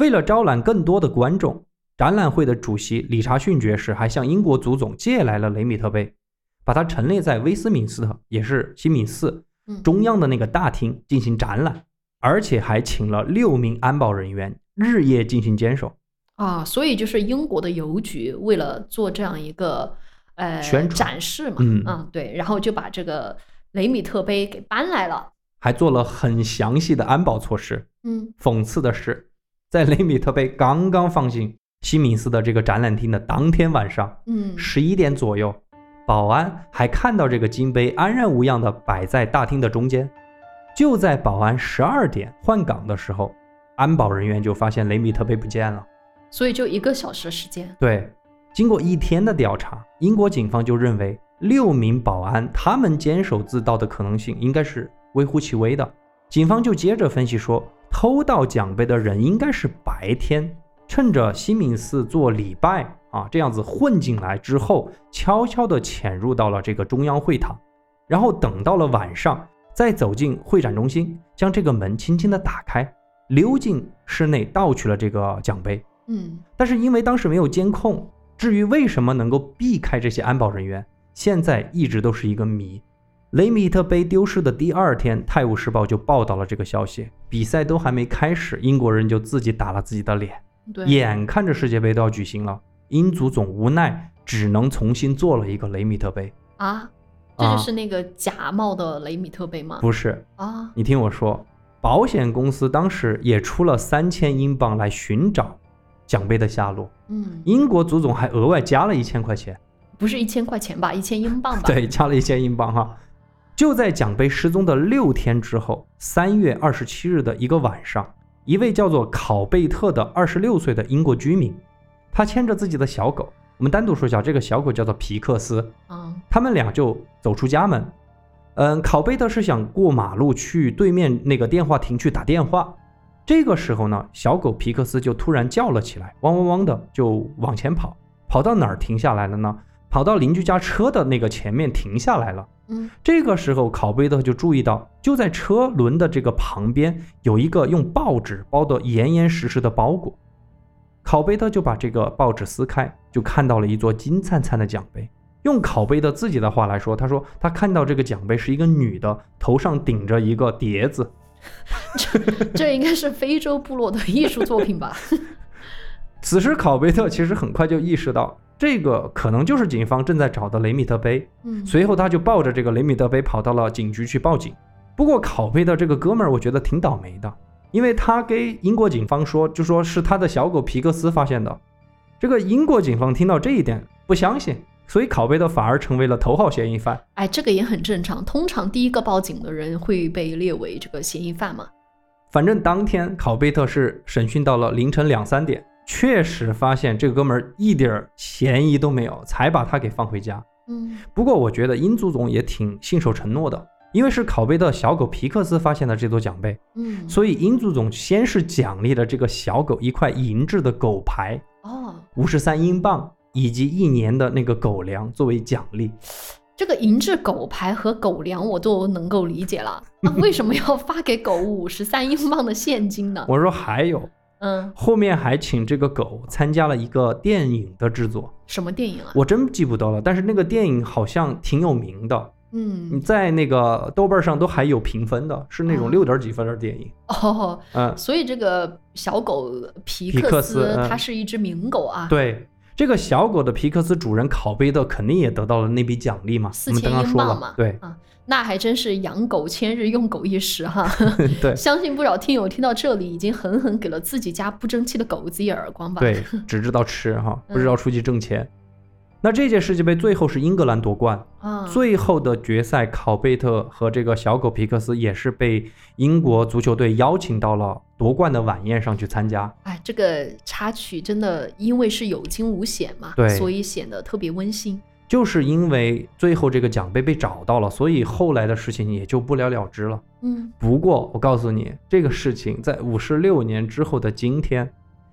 [SPEAKER 1] 为了招揽更多的观众，展览会的主席理查逊爵士还向英国足总借来了雷米特杯，把它陈列在威斯敏斯特，也是西敏寺
[SPEAKER 2] 嗯
[SPEAKER 1] 中央的那个大厅进行展览，而且还请了六名安保人员日夜进行坚守。
[SPEAKER 2] 啊，所以就是英国的邮局为了做这样一个呃
[SPEAKER 1] 宣传
[SPEAKER 2] 展示嘛，
[SPEAKER 1] 嗯
[SPEAKER 2] 对，然后就把这个雷米特杯给搬来了，
[SPEAKER 1] 还做了很详细的安保措施，
[SPEAKER 2] 嗯
[SPEAKER 1] 讽刺的是，在雷米特杯刚刚放行西敏寺的这个展览厅的当天晚上
[SPEAKER 2] 嗯
[SPEAKER 1] 十一点左右，保安还看到这个金杯安然无恙地摆在大厅的中间。就在保安十二点换岗的时候，安保人员就发现雷米特杯不见了。
[SPEAKER 2] 所以就一个小时的时间，
[SPEAKER 1] 对，经过一天的调查，英国警方就认为六名保安他们监守自盗的可能性应该是微乎其微的。警方就接着分析说，偷盗奖杯的人应该是白天趁着西敏寺做礼拜啊，这样子混进来之后，悄悄地潜入到了这个中央会堂，然后等到了晚上再走进会展中心，将这个门轻轻地打开，溜进室内盗取了这个奖杯。
[SPEAKER 2] 嗯
[SPEAKER 1] 但是因为当时没有监控，至于为什么能够避开这些安保人员，现在一直都是一个谜。雷米特杯丢失的第二天，《泰晤士报》就报道了这个消息。比赛都还没开始，英国人就自己打了自己的脸。
[SPEAKER 2] 对，
[SPEAKER 1] 眼看着世界杯都要举行了，英足总无奈只能重新做了一个雷米特杯。
[SPEAKER 2] 啊，这就
[SPEAKER 1] 啊
[SPEAKER 2] 是那个假冒的雷米特杯吗？
[SPEAKER 1] 不是，
[SPEAKER 2] 啊，
[SPEAKER 1] 你听我说，保险公司当时也出了三千英镑来寻找奖杯的下落。
[SPEAKER 2] 嗯，
[SPEAKER 1] 英国足总还额外加了一千块钱。
[SPEAKER 2] 不是一千块钱吧，一千英镑吧？，
[SPEAKER 1] 对，加了一千英镑哈。就在奖杯失踪的六天之后，三月二十七日的一个晚上，一位叫做考贝特的二十六岁的英国居民，他牵着自己的小狗，我们单独说一下，这个小狗叫做皮克斯，
[SPEAKER 2] 嗯
[SPEAKER 1] 他们俩就走出家门。嗯，考贝特是想过马路去对面那个电话亭去打电话。这个时候呢，小狗皮克斯就突然叫了起来，汪汪汪的就往前跑，跑到哪儿停下来了呢？跑到邻居家车的那个前面停下来了。
[SPEAKER 2] 嗯，
[SPEAKER 1] 这个时候，考贝特就注意到，就在车轮的这个旁边有一个用报纸包得严严实实的包裹。考贝特就把这个报纸撕开，就看到了一座金灿灿的奖杯。用考贝特自己的话来说，他说他看到这个奖杯是一个女的，头上顶着一个碟子，
[SPEAKER 2] 这应该是非洲部落 的艺术作品吧？
[SPEAKER 1] 此时，考贝特其实很快就意识到，这个可能就是警方正在找的雷米特杯。
[SPEAKER 2] 嗯，
[SPEAKER 1] 随后，他就抱着这个雷米特杯跑到了警局去报警。不过，考贝特这个哥们儿，我觉得挺倒霉的，因为他给英国警方说，就说是他的小狗皮克斯发现的。这个英国警方听到这一点不相信，所以考贝特反而成为了头号嫌疑犯。
[SPEAKER 2] 哎，这个也很正常。通常第一个报警的人会被列为这个嫌疑犯嘛。
[SPEAKER 1] 反正当天考贝特是审讯到了凌晨两三点，确实发现这个哥们儿一点儿嫌疑都没有，才把他给放回家。
[SPEAKER 2] 嗯
[SPEAKER 1] 不过我觉得英足总也挺信守承诺的，因为是考贝特小狗皮克斯发现的这座奖杯，
[SPEAKER 2] 嗯，
[SPEAKER 1] 所以英足总先是奖励了这个小狗一块银质的狗牌，
[SPEAKER 2] 哦，
[SPEAKER 1] 五十三英镑。以及一年的那个狗粮作为奖励，
[SPEAKER 2] 这个银质狗牌和狗粮我都能够理解了，那为什么要发给狗五十三英镑的现金呢？
[SPEAKER 1] 我说还有
[SPEAKER 2] 嗯，
[SPEAKER 1] 后面还请这个狗参加了一个电影的制作，
[SPEAKER 2] 什么电影啊？
[SPEAKER 1] 我真记不得了，但是那个电影好像挺有名的，你
[SPEAKER 2] 嗯，
[SPEAKER 1] 在那个豆瓣上都还有评分的，是那
[SPEAKER 2] 哦
[SPEAKER 1] 种六点几分的电影，
[SPEAKER 2] 哦，
[SPEAKER 1] 嗯，
[SPEAKER 2] 所以这个小狗皮
[SPEAKER 1] 皮
[SPEAKER 2] 克
[SPEAKER 1] 克
[SPEAKER 2] 斯
[SPEAKER 1] 斯嗯
[SPEAKER 2] 它是一只名狗啊。
[SPEAKER 1] 对，这个小狗的皮克斯主人考贝特肯定也得到了那笔奖励嘛，
[SPEAKER 2] 四
[SPEAKER 1] 我们
[SPEAKER 2] 千
[SPEAKER 1] 刚刚
[SPEAKER 2] 英
[SPEAKER 1] 说
[SPEAKER 2] 镑嘛
[SPEAKER 1] 了，，对
[SPEAKER 2] 啊，那还真是养狗千日，用狗一时 哈。
[SPEAKER 1] 对
[SPEAKER 2] 相信不少听友听到这里，已经狠狠给了自己家不争气的狗子一耳光吧。，
[SPEAKER 1] 对，只知道吃哈，不知道出去挣钱。那这届世界杯最后是英格兰夺冠，
[SPEAKER 2] 啊，
[SPEAKER 1] 最后的决赛，考贝特和这个小狗皮克斯也是被英国足球队邀请到了夺冠的晚宴上去参加。
[SPEAKER 2] 哎，这个插曲真的因为是有惊无险嘛，
[SPEAKER 1] 对
[SPEAKER 2] 所以显得特别温馨。
[SPEAKER 1] 就是因为最后这个奖杯被找到了，所以后来的事情也就不了了之了。
[SPEAKER 2] 嗯，
[SPEAKER 1] 不过我告诉你，这个事情在五十六年之后的今天，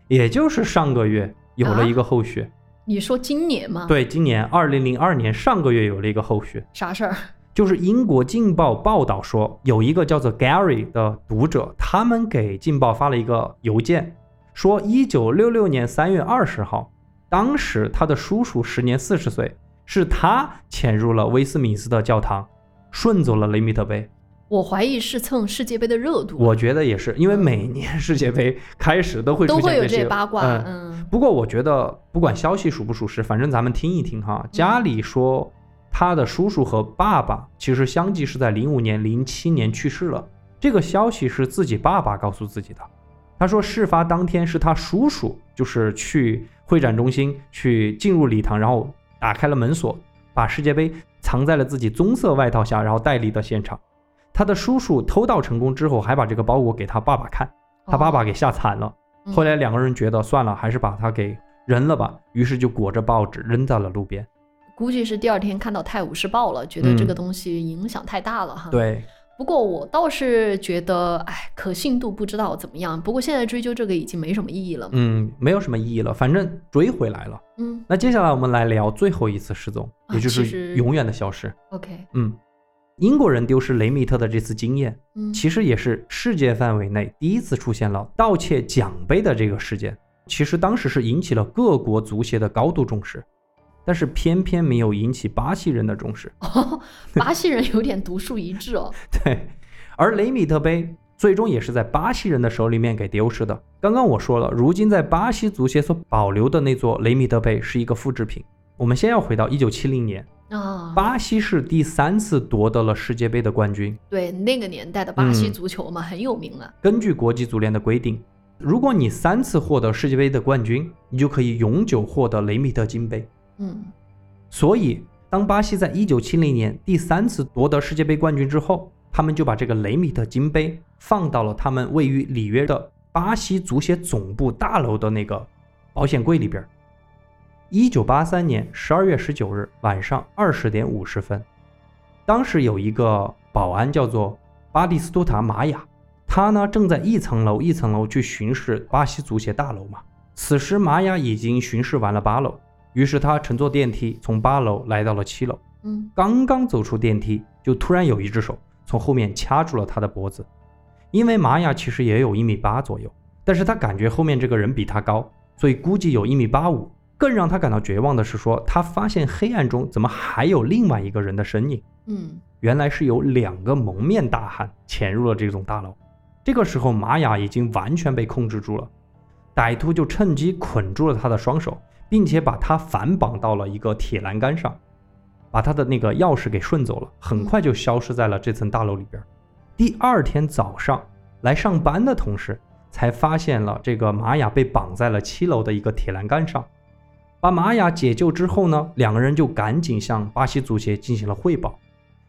[SPEAKER 1] 也就是上个月有了一个后续。
[SPEAKER 2] 你说今年吗？，
[SPEAKER 1] 对，今年二零零二年上个月有了一个后续，
[SPEAKER 2] 啥事儿？
[SPEAKER 1] 就是英国《镜报》报道说，有一个叫做 Gary 的读者，他们给《镜报》发了一个邮件，说一九六六年三月二十号，当时他的叔叔时年四十岁，是他潜入了威斯敏斯特教堂，顺走了雷米特杯。
[SPEAKER 2] 我怀疑是蹭世界杯的热度，
[SPEAKER 1] 我觉得也是，因为每年世界杯开始都会出
[SPEAKER 2] 都
[SPEAKER 1] 现
[SPEAKER 2] 会有
[SPEAKER 1] 些
[SPEAKER 2] 这八卦。
[SPEAKER 1] 嗯
[SPEAKER 2] 嗯，
[SPEAKER 1] 不过我觉得，不管消息属不属实，反正咱们听一听哈。家里说他的叔叔和爸爸其实相继是在零五年、零七年去世了。这个消息是自己爸爸告诉自己的。他说，事发当天是他叔叔，就是去会展中心去进入礼堂，然后打开了门锁，把世界杯藏在了自己棕色外套下，然后带离了现场。他的叔叔偷盗成功之后，还把这个包裹给他爸爸看，
[SPEAKER 2] 哦
[SPEAKER 1] 他爸爸给吓惨了。
[SPEAKER 2] 嗯
[SPEAKER 1] 后来两个人觉得算了，还是把它给扔了吧，于是就裹着报纸扔在了路边。
[SPEAKER 2] 估计是第二天看到《泰晤士报》了，觉得这
[SPEAKER 1] 嗯
[SPEAKER 2] 个东西影响太大了哈。。
[SPEAKER 1] 对，
[SPEAKER 2] 不过我倒是觉得，哎，可信度不知道怎么样。不过现在追究这个已经没什么意义了嘛。
[SPEAKER 1] 嗯，没有什么意义了，反正追回来了。
[SPEAKER 2] 嗯
[SPEAKER 1] 那接下来我们来聊最后一次失踪，
[SPEAKER 2] 啊
[SPEAKER 1] 也就
[SPEAKER 2] 其实
[SPEAKER 1] 是永远的消失。
[SPEAKER 2] ，OK，
[SPEAKER 1] 嗯，英国人丢失雷米特的这次经验，
[SPEAKER 2] 嗯，
[SPEAKER 1] 其实也是世界范围内第一次出现了盗窃奖杯的这个事件。其实当时是引起了各国足协的高度重视，但是偏偏没有引起巴西人的重视。
[SPEAKER 2] 巴西人有点独树一帜 哦。
[SPEAKER 1] 对，而雷米特杯最终也是在巴西人的手里面给丢失的。刚刚我说了，如今在巴西足协所保留的那座雷米特杯是一个复制品。我们先要回到一九七零年，
[SPEAKER 2] 啊，
[SPEAKER 1] 巴西是第三次夺得了世界杯的冠军。
[SPEAKER 2] 对，那个年代的巴西
[SPEAKER 1] 嗯
[SPEAKER 2] 足球嘛，很有名了。
[SPEAKER 1] 根据国际足联的规定，如果你三次获得世界杯的冠军，你就可以永久获得雷米特金杯。
[SPEAKER 2] 嗯，
[SPEAKER 1] 所以，当巴西在一九七零年第三次夺得世界杯冠军之后，他们就把这个雷米特金杯放到了他们位于里约的巴西足协总部大楼的那个保险柜里边。一九八三年十二月十九日晚上二十点五十分，当时有一个保安叫做巴蒂斯图塔·玛雅，他呢正在一层楼一层楼去巡视巴西足协大楼嘛。此时，玛雅已经巡视完了八楼，于是他乘坐电梯从八楼来到了七楼，
[SPEAKER 2] 嗯，
[SPEAKER 1] 刚刚走出电梯，就突然有一只手从后面掐住了他的脖子。因为玛雅其实也有一米八左右，但是他感觉后面这个人比他高，所以估计有一米八五。更让他感到绝望的是说他发现黑暗中怎么还有另外一个人的身影。
[SPEAKER 2] 嗯，
[SPEAKER 1] 原来是有两个蒙面大汉潜入了这栋大楼。这个时候，玛雅已经完全被控制住了，歹徒就趁机捆住了他的双手，并且把他反绑到了一个铁栏杆上，把他的那个钥匙给顺走了，很快就消失在了这层大楼里边。第二天早上来上班的同事才发现了这个玛雅被绑在了七楼的一个铁栏杆上。把玛雅解救之后呢，两个人就赶紧向巴西足协进行了汇报。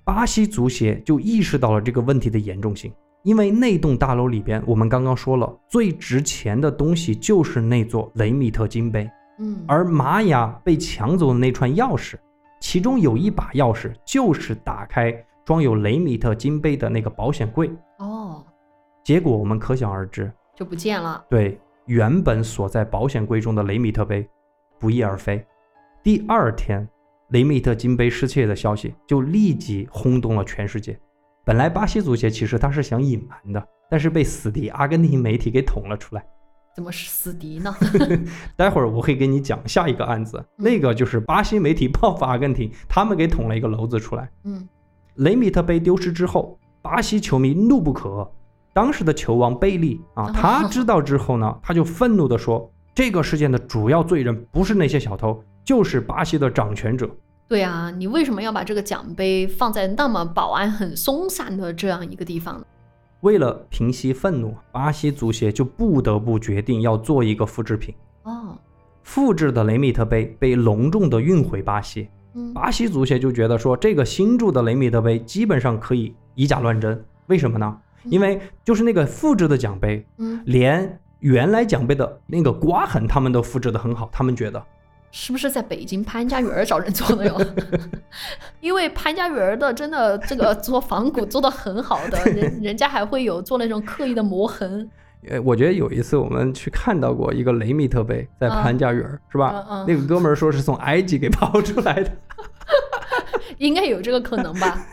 [SPEAKER 1] 巴西足协就意识到了这个问题的严重性，因为那栋大楼里边，我们刚刚说了，最值钱的东西就是那座雷米特金杯，
[SPEAKER 2] 嗯，
[SPEAKER 1] 而玛雅被抢走的那串钥匙，其中有一把钥匙就是打开装有雷米特金杯的那个保险柜，
[SPEAKER 2] 哦，
[SPEAKER 1] 结果我们可想而知，
[SPEAKER 2] 就不见了。
[SPEAKER 1] 对原本锁在保险柜中的雷米特杯不翼而飞。第二天，雷米特金杯失窃的消息就立即轰动了全世界。本来巴西足协其实他是想隐瞒的，但是被死敌阿根廷媒体给捅了出来。
[SPEAKER 2] 怎么是死敌呢？
[SPEAKER 1] 待会儿我会给你讲下一个案子，那个就是巴西媒体报复阿根廷，他们给捅了一个篓子出来。
[SPEAKER 2] 嗯，
[SPEAKER 1] 雷米特杯丢失之后，巴西球迷怒不可遏。当时的球王贝利啊，他知道之后呢，他就愤怒地说：“这个事件的主要罪人不是那些小偷，就是巴西的掌权者。
[SPEAKER 2] 对啊，你为什么要把这个奖杯放在那么保安很松散的这样一个地方呢？
[SPEAKER 1] 为了平息愤怒，巴西足协就不得不决定要做一个复制品。
[SPEAKER 2] 哦，
[SPEAKER 1] 复制的雷米特杯被隆重地运回巴西，
[SPEAKER 2] 嗯，
[SPEAKER 1] 巴西足协就觉得说，这个新铸的雷米特杯基本上可以以假乱真。为什么呢？因为就是那个复制的奖杯，
[SPEAKER 2] 嗯，
[SPEAKER 1] 连原来奖杯的那个刮痕，他们都复制的很好。他们觉得，
[SPEAKER 2] 是不是在北京潘家园儿找人做的哟？ 因为潘家园儿的真的这个做仿古做的很好的，人人家还会有做那种刻意的磨痕。
[SPEAKER 1] 呃，我觉得有一次我们去看到过一个雷米特杯在
[SPEAKER 2] 啊
[SPEAKER 1] 潘家园儿，是吧？
[SPEAKER 2] 嗯嗯
[SPEAKER 1] 那个哥们儿说是从埃及给刨出来的。
[SPEAKER 2] 应该有这个可能吧？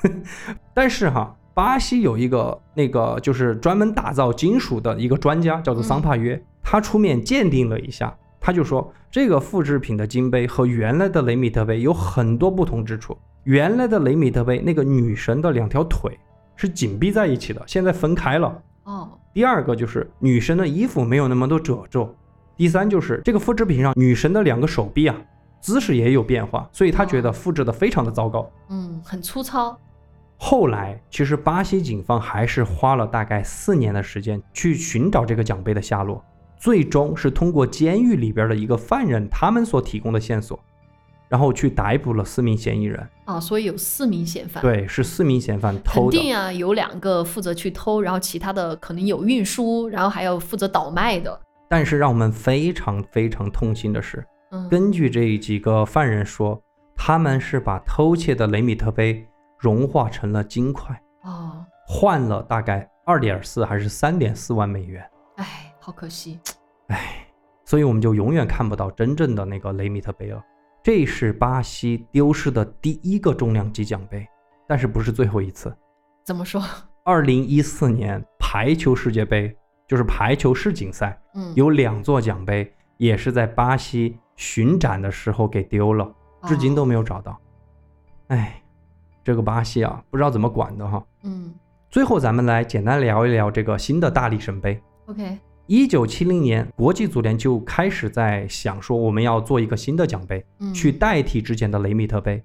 [SPEAKER 1] 但是哈，巴西有一个那个就是专门打造金属的一个专家，叫做桑帕
[SPEAKER 2] 嗯
[SPEAKER 1] 约，他出面鉴定了一下，他就说这个复制品的金杯和原来的雷米特杯有很多不同之处。原来的雷米特杯那个女神的两条腿是紧闭在一起的，现在分开了。
[SPEAKER 2] 哦，
[SPEAKER 1] 第二个就是女神的衣服没有那么多褶皱。第三就是这个复制品上女神的两个手臂啊，姿势也有变化，所以他觉得复制的非常的糟糕。
[SPEAKER 2] 嗯，很粗糙。
[SPEAKER 1] 后来，其实巴西警方还是花了大概四年的时间去寻找这个奖杯的下落，最终是通过监狱里边的一个犯人他们所提供的线索，然后去逮捕了四名嫌疑人。
[SPEAKER 2] 啊，所以有四名嫌犯。
[SPEAKER 1] 对，是四名嫌犯
[SPEAKER 2] 肯
[SPEAKER 1] 偷的。
[SPEAKER 2] 定啊，有两个负责去偷，然后其他的可能有运输，然后还有负责倒卖的。
[SPEAKER 1] 但是让我们非常非常痛心的是，
[SPEAKER 2] 嗯，
[SPEAKER 1] 根据这几个犯人说，他们是把偷窃的雷米特杯融化成了金块，
[SPEAKER 2] 哦，
[SPEAKER 1] 换了大概二点四还是三点四万美元。
[SPEAKER 2] 哎，好可惜。
[SPEAKER 1] 所以我们就永远看不到真正的那个雷米特杯了。这是巴西丢失的第一个重量级奖杯，但是不是最后一次。
[SPEAKER 2] 怎么说？
[SPEAKER 1] 二零一四年排球世界杯，就是排球世锦赛，
[SPEAKER 2] 嗯，
[SPEAKER 1] 有两座奖杯也是在巴西巡展的时候给丢了，至今都
[SPEAKER 2] 哦
[SPEAKER 1] 没有找到。哎，这个巴西啊，不知道怎么管的哈。
[SPEAKER 2] 嗯
[SPEAKER 1] 最后，咱们来简单聊一聊这个新的大力神杯。
[SPEAKER 2] ，OK，
[SPEAKER 1] 一九七零年，国际足联就开始在想说，我们要做一个新的奖杯，
[SPEAKER 2] 嗯，
[SPEAKER 1] 去代替之前的雷米特杯，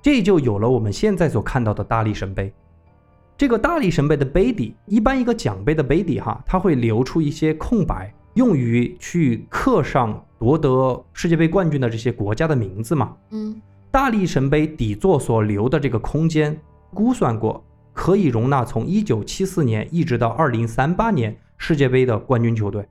[SPEAKER 1] 这就有了我们现在所看到的大力神杯。这个大力神杯的杯底，一般一个奖杯的杯底哈，它会留出一些空白，用于去刻上夺得世界杯冠军的这些国家的名字嘛。
[SPEAKER 2] 嗯，
[SPEAKER 1] 大力神杯底座所留的这个空间，估算过可以容纳从一九七四年一直到二零三八年世界杯的冠军球队。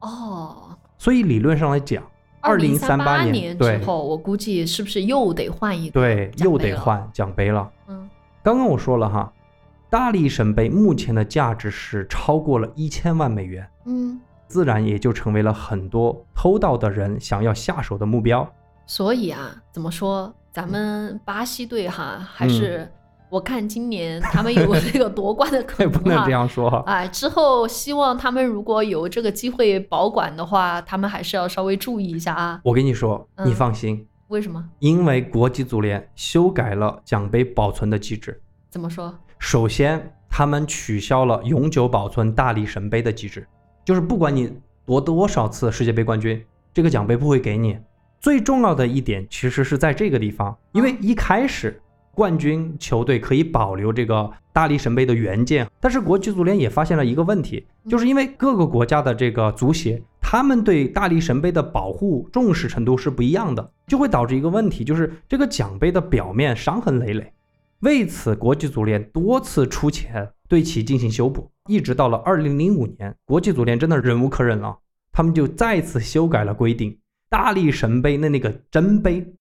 [SPEAKER 2] 哦，
[SPEAKER 1] 所以理论上来讲，
[SPEAKER 2] 二零
[SPEAKER 1] 2038
[SPEAKER 2] 八
[SPEAKER 1] 年
[SPEAKER 2] 之
[SPEAKER 1] 对
[SPEAKER 2] 后，我估计是不是又得换一个？
[SPEAKER 1] 对
[SPEAKER 2] 奖杯
[SPEAKER 1] 又得
[SPEAKER 2] 了
[SPEAKER 1] 换奖杯了。
[SPEAKER 2] 嗯，
[SPEAKER 1] 刚刚我说了哈，大力神杯目前的价值是超过了一千万美元，
[SPEAKER 2] 嗯，
[SPEAKER 1] 自然也就成为了很多偷盗的人想要下手的目标。
[SPEAKER 2] 所以啊，怎么说？咱
[SPEAKER 1] 嗯
[SPEAKER 2] 们巴西队哈，还是我看今年他们有 那个夺冠的可
[SPEAKER 1] 也
[SPEAKER 2] 能
[SPEAKER 1] 不能
[SPEAKER 2] 哈
[SPEAKER 1] 这样说哈。
[SPEAKER 2] 哎，之后希望他们如果有这个机会保管的话，他们还是要稍微注意一下啊。
[SPEAKER 1] 我跟你说，你
[SPEAKER 2] 嗯
[SPEAKER 1] 放心，
[SPEAKER 2] 为什么？
[SPEAKER 1] 因为国际足联修改了奖杯保存的机制。
[SPEAKER 2] 怎么说？
[SPEAKER 1] 首先，他们取消了永久保存大力神杯的机制，就是不管你夺多少次世界杯冠军，这个奖杯不会给你。最重要的一点其实是在这个地方，因为一开始冠军球队可以保留这个大力神杯的原件，但是国际足联也发现了一个问题，就是因为各个国家的这个足协，他们对大力神杯的保护重视程度是不一样的，就会导致一个问题，就是这个奖杯的表面伤痕累累。为此，国际足联多次出钱对其进行修补，一直到了二零零五年，国际足联真的忍无可忍了，他们就再次修改了规定，大力神杯的那个真杯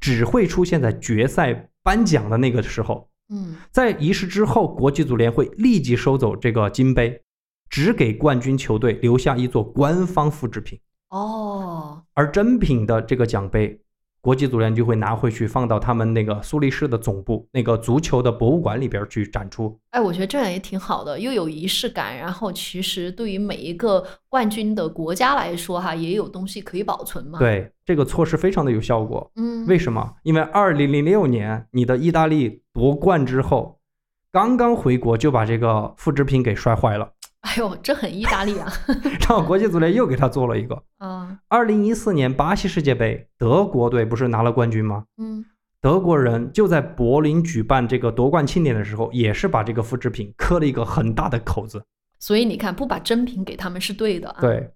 [SPEAKER 1] 只会出现在决赛颁奖的那个时候，
[SPEAKER 2] 嗯，
[SPEAKER 1] 在仪式之后，国际足联会立即收走这个金杯，只给冠军球队留下一座官方复制品，
[SPEAKER 2] 哦，
[SPEAKER 1] 而真品的这个奖杯。国际足联就会拿回去放到他们那个苏黎世的总部那个足球的博物馆里边去展出，
[SPEAKER 2] 哎，我觉得这样也挺好的，又有仪式感，然后其实对于每一个冠军的国家来说哈，也有东西可以保存嘛。，
[SPEAKER 1] 对，这个措施非常的有效果。
[SPEAKER 2] 啊嗯，
[SPEAKER 1] 为什么？因为二零零六年你的意大利夺冠之后，刚刚回国就把这个复制品给摔坏了，
[SPEAKER 2] 哎呦，这很意大利啊！
[SPEAKER 1] 然后国际足联又给他做了一个。
[SPEAKER 2] 啊，
[SPEAKER 1] 二零一四年巴西世界杯，德国队不是拿了冠军吗？
[SPEAKER 2] 嗯，
[SPEAKER 1] 德国人就在柏林举办这个夺冠庆典的时候，也是把这个复制品磕了一个很大的口子。
[SPEAKER 2] 所以你看，不把真品给他们是对的啊。，
[SPEAKER 1] 对，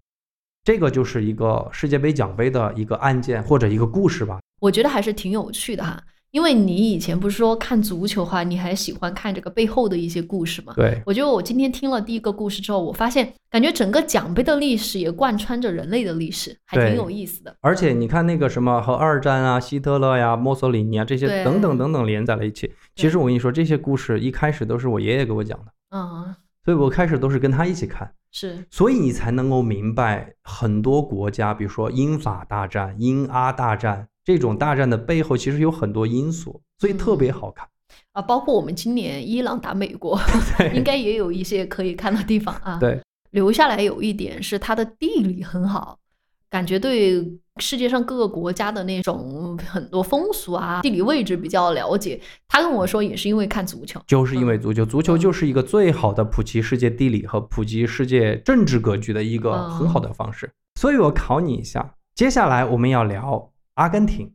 [SPEAKER 1] 这个就是一个世界杯奖杯的一个案件或者一个故事吧。
[SPEAKER 2] 我觉得还是挺有趣的哈。因为你以前不是说看足球哈，你还喜欢看这个背后的一些故事嘛？
[SPEAKER 1] 对，
[SPEAKER 2] 我觉得我今天听了第一个故事之后，我发现感觉整个奖杯的历史也贯穿着人类的历史，还挺
[SPEAKER 1] 对
[SPEAKER 2] 有意思的。
[SPEAKER 1] 而且你看那个什么和二战啊、希特勒呀、墨索里尼啊这
[SPEAKER 2] 对
[SPEAKER 1] 些等等等等连在了一起。其实我跟你说，这些故事一开始都是我爷爷给我讲的，
[SPEAKER 2] 嗯，
[SPEAKER 1] 所以我开始都是跟他一起看。
[SPEAKER 2] 是，
[SPEAKER 1] 所以你才能够明白很多国家，比如说英法大战、英阿大战这种大战的背后，其实有很多因素，所以特别好看。
[SPEAKER 2] 啊，包括我们今年伊朗打美国，应
[SPEAKER 1] 对
[SPEAKER 2] 该也有一些可以看的地方啊。
[SPEAKER 1] 对，
[SPEAKER 2] 留下来有一点是它的地理很好，感觉对世界上各个国家的那种很多风俗啊、地理位置比较了解。他跟我说也是因为看足球，
[SPEAKER 1] 就是因为足球，足
[SPEAKER 2] 嗯
[SPEAKER 1] 球就是一个最好的普及世界地理和普及世界政治格局的一个
[SPEAKER 2] 嗯
[SPEAKER 1] 很好的方式。所以我考你一下，接下来我们要聊阿根廷，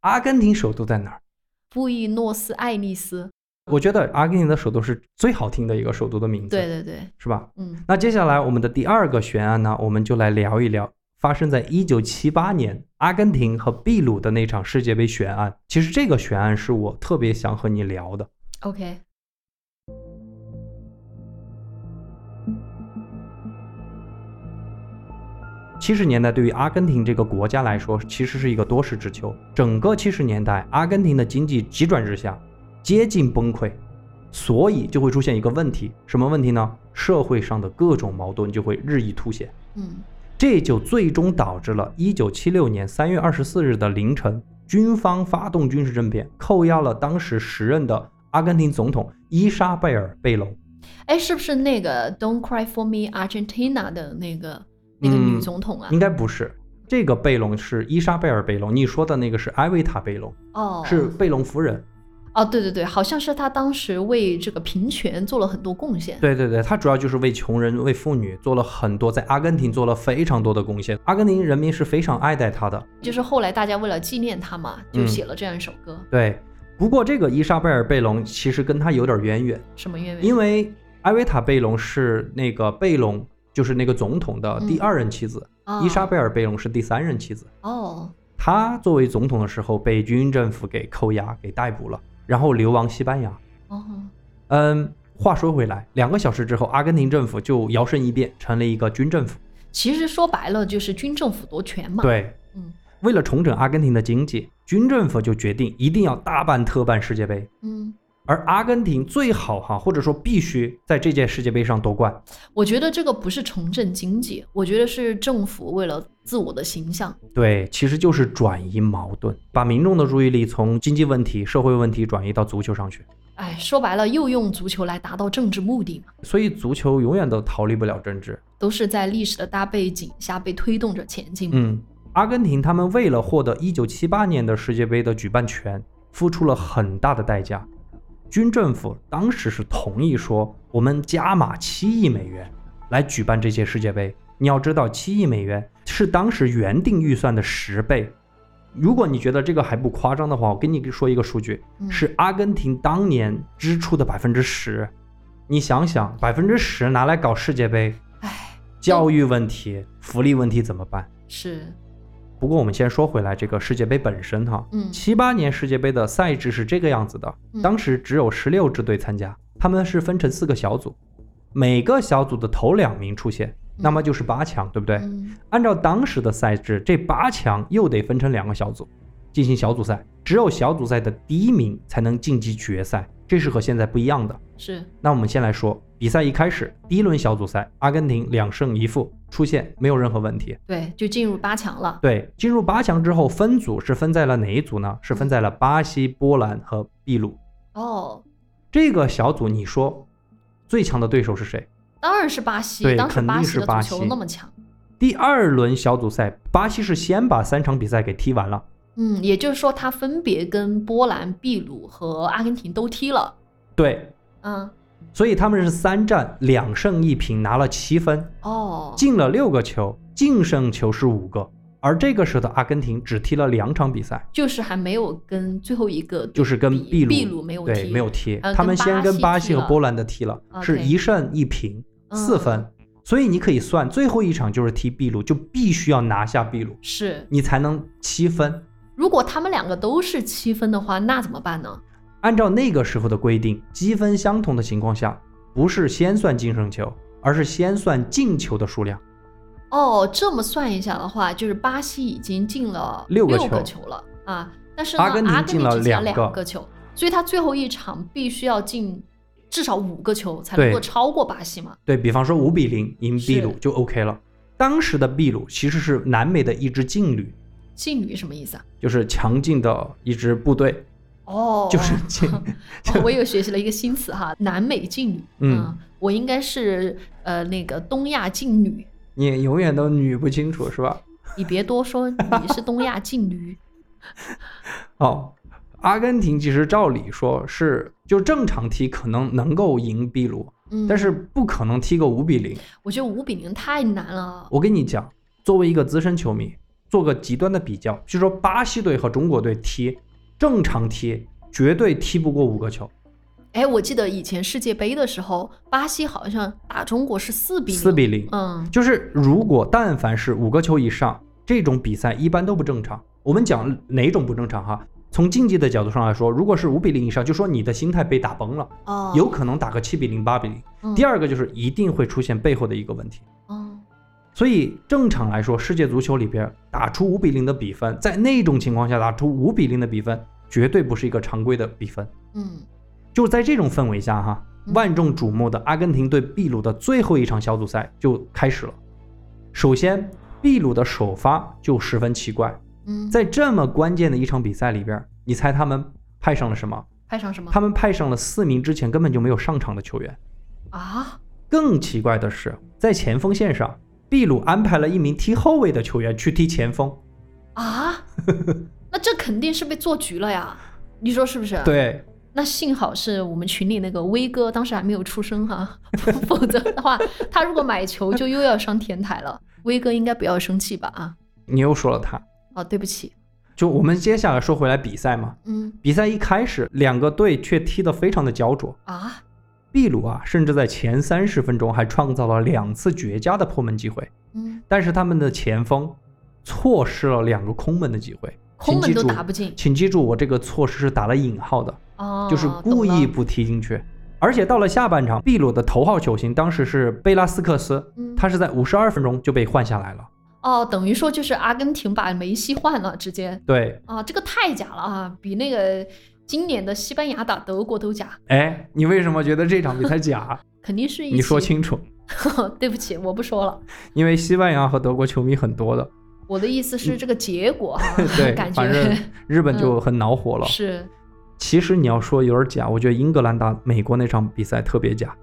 [SPEAKER 1] 阿根廷首都在哪儿？
[SPEAKER 2] 布宜诺斯艾利斯。
[SPEAKER 1] 我觉得阿根廷的首都是最好听的一个首都的名字，
[SPEAKER 2] 对对对，
[SPEAKER 1] 是吧？
[SPEAKER 2] 嗯，
[SPEAKER 1] 那接下来我们的第二个悬案呢，我们就来聊一聊发生在一九七八年阿根廷和秘鲁的那场世界杯悬案。其实这个悬案是我特别想和你聊的。
[SPEAKER 2] OK，
[SPEAKER 1] 七十年代对于阿根廷这个国家来说，其实是一个多事之秋。整个七十年代，阿根廷的经济急转直下，接近崩溃，所以就会出现一个问题，什么问题呢？社会上的各种矛盾就会日益凸显。
[SPEAKER 2] 嗯
[SPEAKER 1] 这就最终导致了1976年3月24日的凌晨，军方发动军事政变，扣押了当时时任的阿根廷总统伊莎贝尔·贝隆。
[SPEAKER 2] 哎，是不是那个 "Don't Cry for Me Argentina" 的那个那个
[SPEAKER 1] 嗯
[SPEAKER 2] 女总统啊？
[SPEAKER 1] 应该不是，这个贝隆是伊莎贝尔·贝隆，你说的那个是艾维塔·贝隆，
[SPEAKER 2] 哦，
[SPEAKER 1] 是贝隆夫人。
[SPEAKER 2] 哦，对对对，好像是她当时为这个平权做了很多贡献。
[SPEAKER 1] 对对对，她主要就是为穷人、为妇女做了很多，在阿根廷做了非常多的贡献。阿根廷人民是非常爱戴她的。
[SPEAKER 2] 就是后来大家为了纪念她嘛，就
[SPEAKER 1] 嗯
[SPEAKER 2] 写了这样一首歌，
[SPEAKER 1] 对，不过这个伊莎贝尔·贝隆其实跟她有点渊源。
[SPEAKER 2] 什么渊源？
[SPEAKER 1] 因为艾维塔·贝隆是那个贝隆，就是那个总统的第二任妻子，
[SPEAKER 2] 啊
[SPEAKER 1] 伊莎贝尔·贝隆是第三任妻子。
[SPEAKER 2] 哦，
[SPEAKER 1] 她作为总统的时候被军政府给扣押、给逮捕了，然后流亡西班牙。
[SPEAKER 2] 哦，
[SPEAKER 1] 嗯，话说回来，两个小时之后，阿根廷政府就摇身一变成了一个军政府。
[SPEAKER 2] 其实说白了就是军政府夺权嘛。，
[SPEAKER 1] 对，
[SPEAKER 2] 嗯
[SPEAKER 1] 为了重整阿根廷的经济，军政府就决定一定要大办特办世界杯。
[SPEAKER 2] 嗯，
[SPEAKER 1] 而阿根廷最好哈，或者说必须在这届世界杯上夺冠。
[SPEAKER 2] 我觉得这个不是重振经济，我觉得是政府为了自我的形象。
[SPEAKER 1] 对，其实就是转移矛盾，把民众的注意力从经济问题、社会问题转移到足球上去。
[SPEAKER 2] 哎，说白了，又用足球来达到政治目的嘛，
[SPEAKER 1] 所以足球永远都逃离不了政治。
[SPEAKER 2] 都是在历史的大背景下被推动着前进。
[SPEAKER 1] 嗯，阿根廷他们为了获得1978年的世界杯的举办权，付出了很大的代价。军政府当时是同意说，我们加码七亿美元来举办这届世界杯。你要知道，七亿美元是当时原定预算的十倍。如果你觉得这个还不夸张的话，我跟你说一个数据，
[SPEAKER 2] 嗯
[SPEAKER 1] 是阿根廷当年支出的百分之十。你想想，百分之十拿来搞世界杯，
[SPEAKER 2] 哎，
[SPEAKER 1] 教育问题、福利问题怎么办？
[SPEAKER 2] 是，
[SPEAKER 1] 不过我们先说回来这个世界杯本身哈，
[SPEAKER 2] 嗯
[SPEAKER 1] 七八年世界杯的赛制是这个样子的
[SPEAKER 2] 嗯，
[SPEAKER 1] 当时只有十六支队参加，他们是分成四个小组，每个小组的头两名出线，那么就是八强，对不对？
[SPEAKER 2] 嗯
[SPEAKER 1] 按照当时的赛制，这八强又得分成两个小组进行小组赛，只有小组赛的第一名才能晋级决赛，这是和现在不一样的。
[SPEAKER 2] 是，
[SPEAKER 1] 那我们先来说比赛一开始，第一轮小组赛，阿根廷两胜一负出线，没有任何问题。
[SPEAKER 2] 对，就进入八强了。
[SPEAKER 1] 对，进入八强之后，分组是分在了哪一组呢？是分在了巴西、波兰和秘鲁
[SPEAKER 2] 哦，
[SPEAKER 1] 这个小组。你说最强的对手是谁？
[SPEAKER 2] 当然是巴西，
[SPEAKER 1] 对
[SPEAKER 2] 当时
[SPEAKER 1] 肯定
[SPEAKER 2] 巴西
[SPEAKER 1] 是
[SPEAKER 2] 的
[SPEAKER 1] 巴
[SPEAKER 2] 足球
[SPEAKER 1] 西
[SPEAKER 2] 那么强。
[SPEAKER 1] 第二轮小组赛，巴西是先把三场比赛给踢完了。
[SPEAKER 2] 嗯，也就是说，他分别跟波兰、秘鲁和阿根廷都踢了。
[SPEAKER 1] 对，
[SPEAKER 2] 嗯，
[SPEAKER 1] 所以他们是三战两胜一平，拿了七分，
[SPEAKER 2] 哦，
[SPEAKER 1] 进了六个球，净胜球是五个。而这个时的阿根廷只踢了两场比赛，
[SPEAKER 2] 就是还没有跟最后一个
[SPEAKER 1] 就是跟
[SPEAKER 2] 秘
[SPEAKER 1] 秘鲁
[SPEAKER 2] 鲁没有
[SPEAKER 1] 对
[SPEAKER 2] 踢
[SPEAKER 1] 没有踢，
[SPEAKER 2] 呃
[SPEAKER 1] 他们
[SPEAKER 2] 跟
[SPEAKER 1] 先
[SPEAKER 2] 巴
[SPEAKER 1] 跟
[SPEAKER 2] 西
[SPEAKER 1] 巴
[SPEAKER 2] 踢
[SPEAKER 1] 西和
[SPEAKER 2] 了
[SPEAKER 1] 波兰的踢了，是
[SPEAKER 2] OK
[SPEAKER 1] 一胜一平四
[SPEAKER 2] 嗯
[SPEAKER 1] 分，所以你可以算最后一场就是踢秘鲁，就必须要拿下秘鲁，
[SPEAKER 2] 是，
[SPEAKER 1] 你才能七分。
[SPEAKER 2] 如果他们两个都是七分的话，那怎么办呢？
[SPEAKER 1] 按照那个时候的规定，积分相同的情况下，不是先算净胜球，而是先算进球的数量。
[SPEAKER 2] 哦，这么算一下的话，就是巴西已经进了
[SPEAKER 1] 六个
[SPEAKER 2] 个
[SPEAKER 1] 球
[SPEAKER 2] 了啊，但是呢，
[SPEAKER 1] 阿根廷进了
[SPEAKER 2] 只进
[SPEAKER 1] 两个
[SPEAKER 2] 两球，所以他最后一场必须要进至少五个球才能
[SPEAKER 1] 对
[SPEAKER 2] 够超过巴西嘛。
[SPEAKER 1] 对比方说五比零赢秘鲁
[SPEAKER 2] 是
[SPEAKER 1] 就 OK 了。当时的秘鲁其实是南美的一支劲旅，
[SPEAKER 2] 劲旅什么意思啊？
[SPEAKER 1] 就是强劲的一支部队，
[SPEAKER 2] 哦，
[SPEAKER 1] 就是劲。
[SPEAKER 2] 哦我又学习了一个新词哈，南美劲旅。啊
[SPEAKER 1] 嗯
[SPEAKER 2] 我应该是呃那个东亚劲旅，
[SPEAKER 1] 你永远都捋不清楚是吧？
[SPEAKER 2] 你别多说，你是东亚劲旅。
[SPEAKER 1] 哦，阿根廷其实照理说是就正常踢可能能够赢秘鲁，
[SPEAKER 2] 嗯，
[SPEAKER 1] 但是不可能踢个五比零。
[SPEAKER 2] 我觉得五比零太难了。
[SPEAKER 1] 我跟你讲，作为一个资深球迷，做个极端的比较，就说巴西队和中国队踢，正常踢绝对踢不过五个球，
[SPEAKER 2] 哎，我记得以前世界杯的时候，巴西好像打中国是四比零。
[SPEAKER 1] 四比零。
[SPEAKER 2] 嗯，
[SPEAKER 1] 就是如果但凡是五个球以上，这种比赛一般都不正常。我们讲哪种不正常哈？从竞技的角度上来说，如果是五比零以上，就说你的心态被打崩了，
[SPEAKER 2] 哦，
[SPEAKER 1] 有可能打个七比零、八比零。
[SPEAKER 2] 嗯
[SPEAKER 1] 第二个就是一定会出现背后的一个问题。
[SPEAKER 2] 嗯，
[SPEAKER 1] 所以正常来说，世界足球里边打出五比零的比分，在那种情况下打出五比零的比分，绝对不是一个常规的比分。
[SPEAKER 2] 嗯，
[SPEAKER 1] 就在这种氛围下哈，
[SPEAKER 2] 嗯
[SPEAKER 1] 万众瞩目的阿根廷对秘鲁的最后一场小组赛就开始了。首先，秘鲁的首发就十分奇怪，
[SPEAKER 2] 嗯，
[SPEAKER 1] 在这么关键的一场比赛里边，你猜他们派上了什么？
[SPEAKER 2] 派上什么？
[SPEAKER 1] 他们派上了四名之前根本就没有上场的球员。
[SPEAKER 2] 啊，
[SPEAKER 1] 更奇怪的是，在前锋线上，秘鲁安排了一名踢后卫的球员去踢前锋。
[SPEAKER 2] 啊， 那这肯定是被做局了呀，你说是不是？。
[SPEAKER 1] 对，
[SPEAKER 2] 那幸好是我们群里那个威哥当时还没有出生哈、 否则的话，他如果买球就又要上天台了。威哥应该不要生气吧？啊，
[SPEAKER 1] 你又说了他。
[SPEAKER 2] 哦，对不起，
[SPEAKER 1] 就我们接下来说回来比赛嘛，
[SPEAKER 2] 嗯
[SPEAKER 1] 比赛一开始，两个队却踢得非常的焦灼。
[SPEAKER 2] 啊，
[SPEAKER 1] 秘鲁啊，甚至在前三十分钟还创造了两次绝佳的破门机会，
[SPEAKER 2] 嗯，
[SPEAKER 1] 但是他们的前锋错失了两个空门的机会。
[SPEAKER 2] 空门都
[SPEAKER 1] 请记住
[SPEAKER 2] 打不进
[SPEAKER 1] 请记住，我这个错失是打了引号的，
[SPEAKER 2] 哦，
[SPEAKER 1] 就是故
[SPEAKER 2] 懂
[SPEAKER 1] 意
[SPEAKER 2] 了，
[SPEAKER 1] 不踢进去。而且到了下半场，秘鲁的头号球星当时是贝拉斯克斯，
[SPEAKER 2] 嗯
[SPEAKER 1] 他是在五十二分钟就被换下来了。
[SPEAKER 2] 哦，等于说就是阿根廷把梅西换了，直接
[SPEAKER 1] 对，
[SPEAKER 2] 啊，这个太假了啊，比那个今年的西班牙打德国都假，
[SPEAKER 1] 哎，你为什么觉得这场比赛假？
[SPEAKER 2] 肯定是一
[SPEAKER 1] 你说
[SPEAKER 2] 起。
[SPEAKER 1] 清楚，
[SPEAKER 2] 对不起，我不说了。
[SPEAKER 1] 因为西班牙和德国球迷很多的，，
[SPEAKER 2] 我的意思是这个结果啊
[SPEAKER 1] 对，
[SPEAKER 2] 感
[SPEAKER 1] 反正
[SPEAKER 2] 觉嗯
[SPEAKER 1] 日本就很恼火了。
[SPEAKER 2] 是
[SPEAKER 1] 其实你要说有点假，我觉得英格兰打美国那场比赛特别假，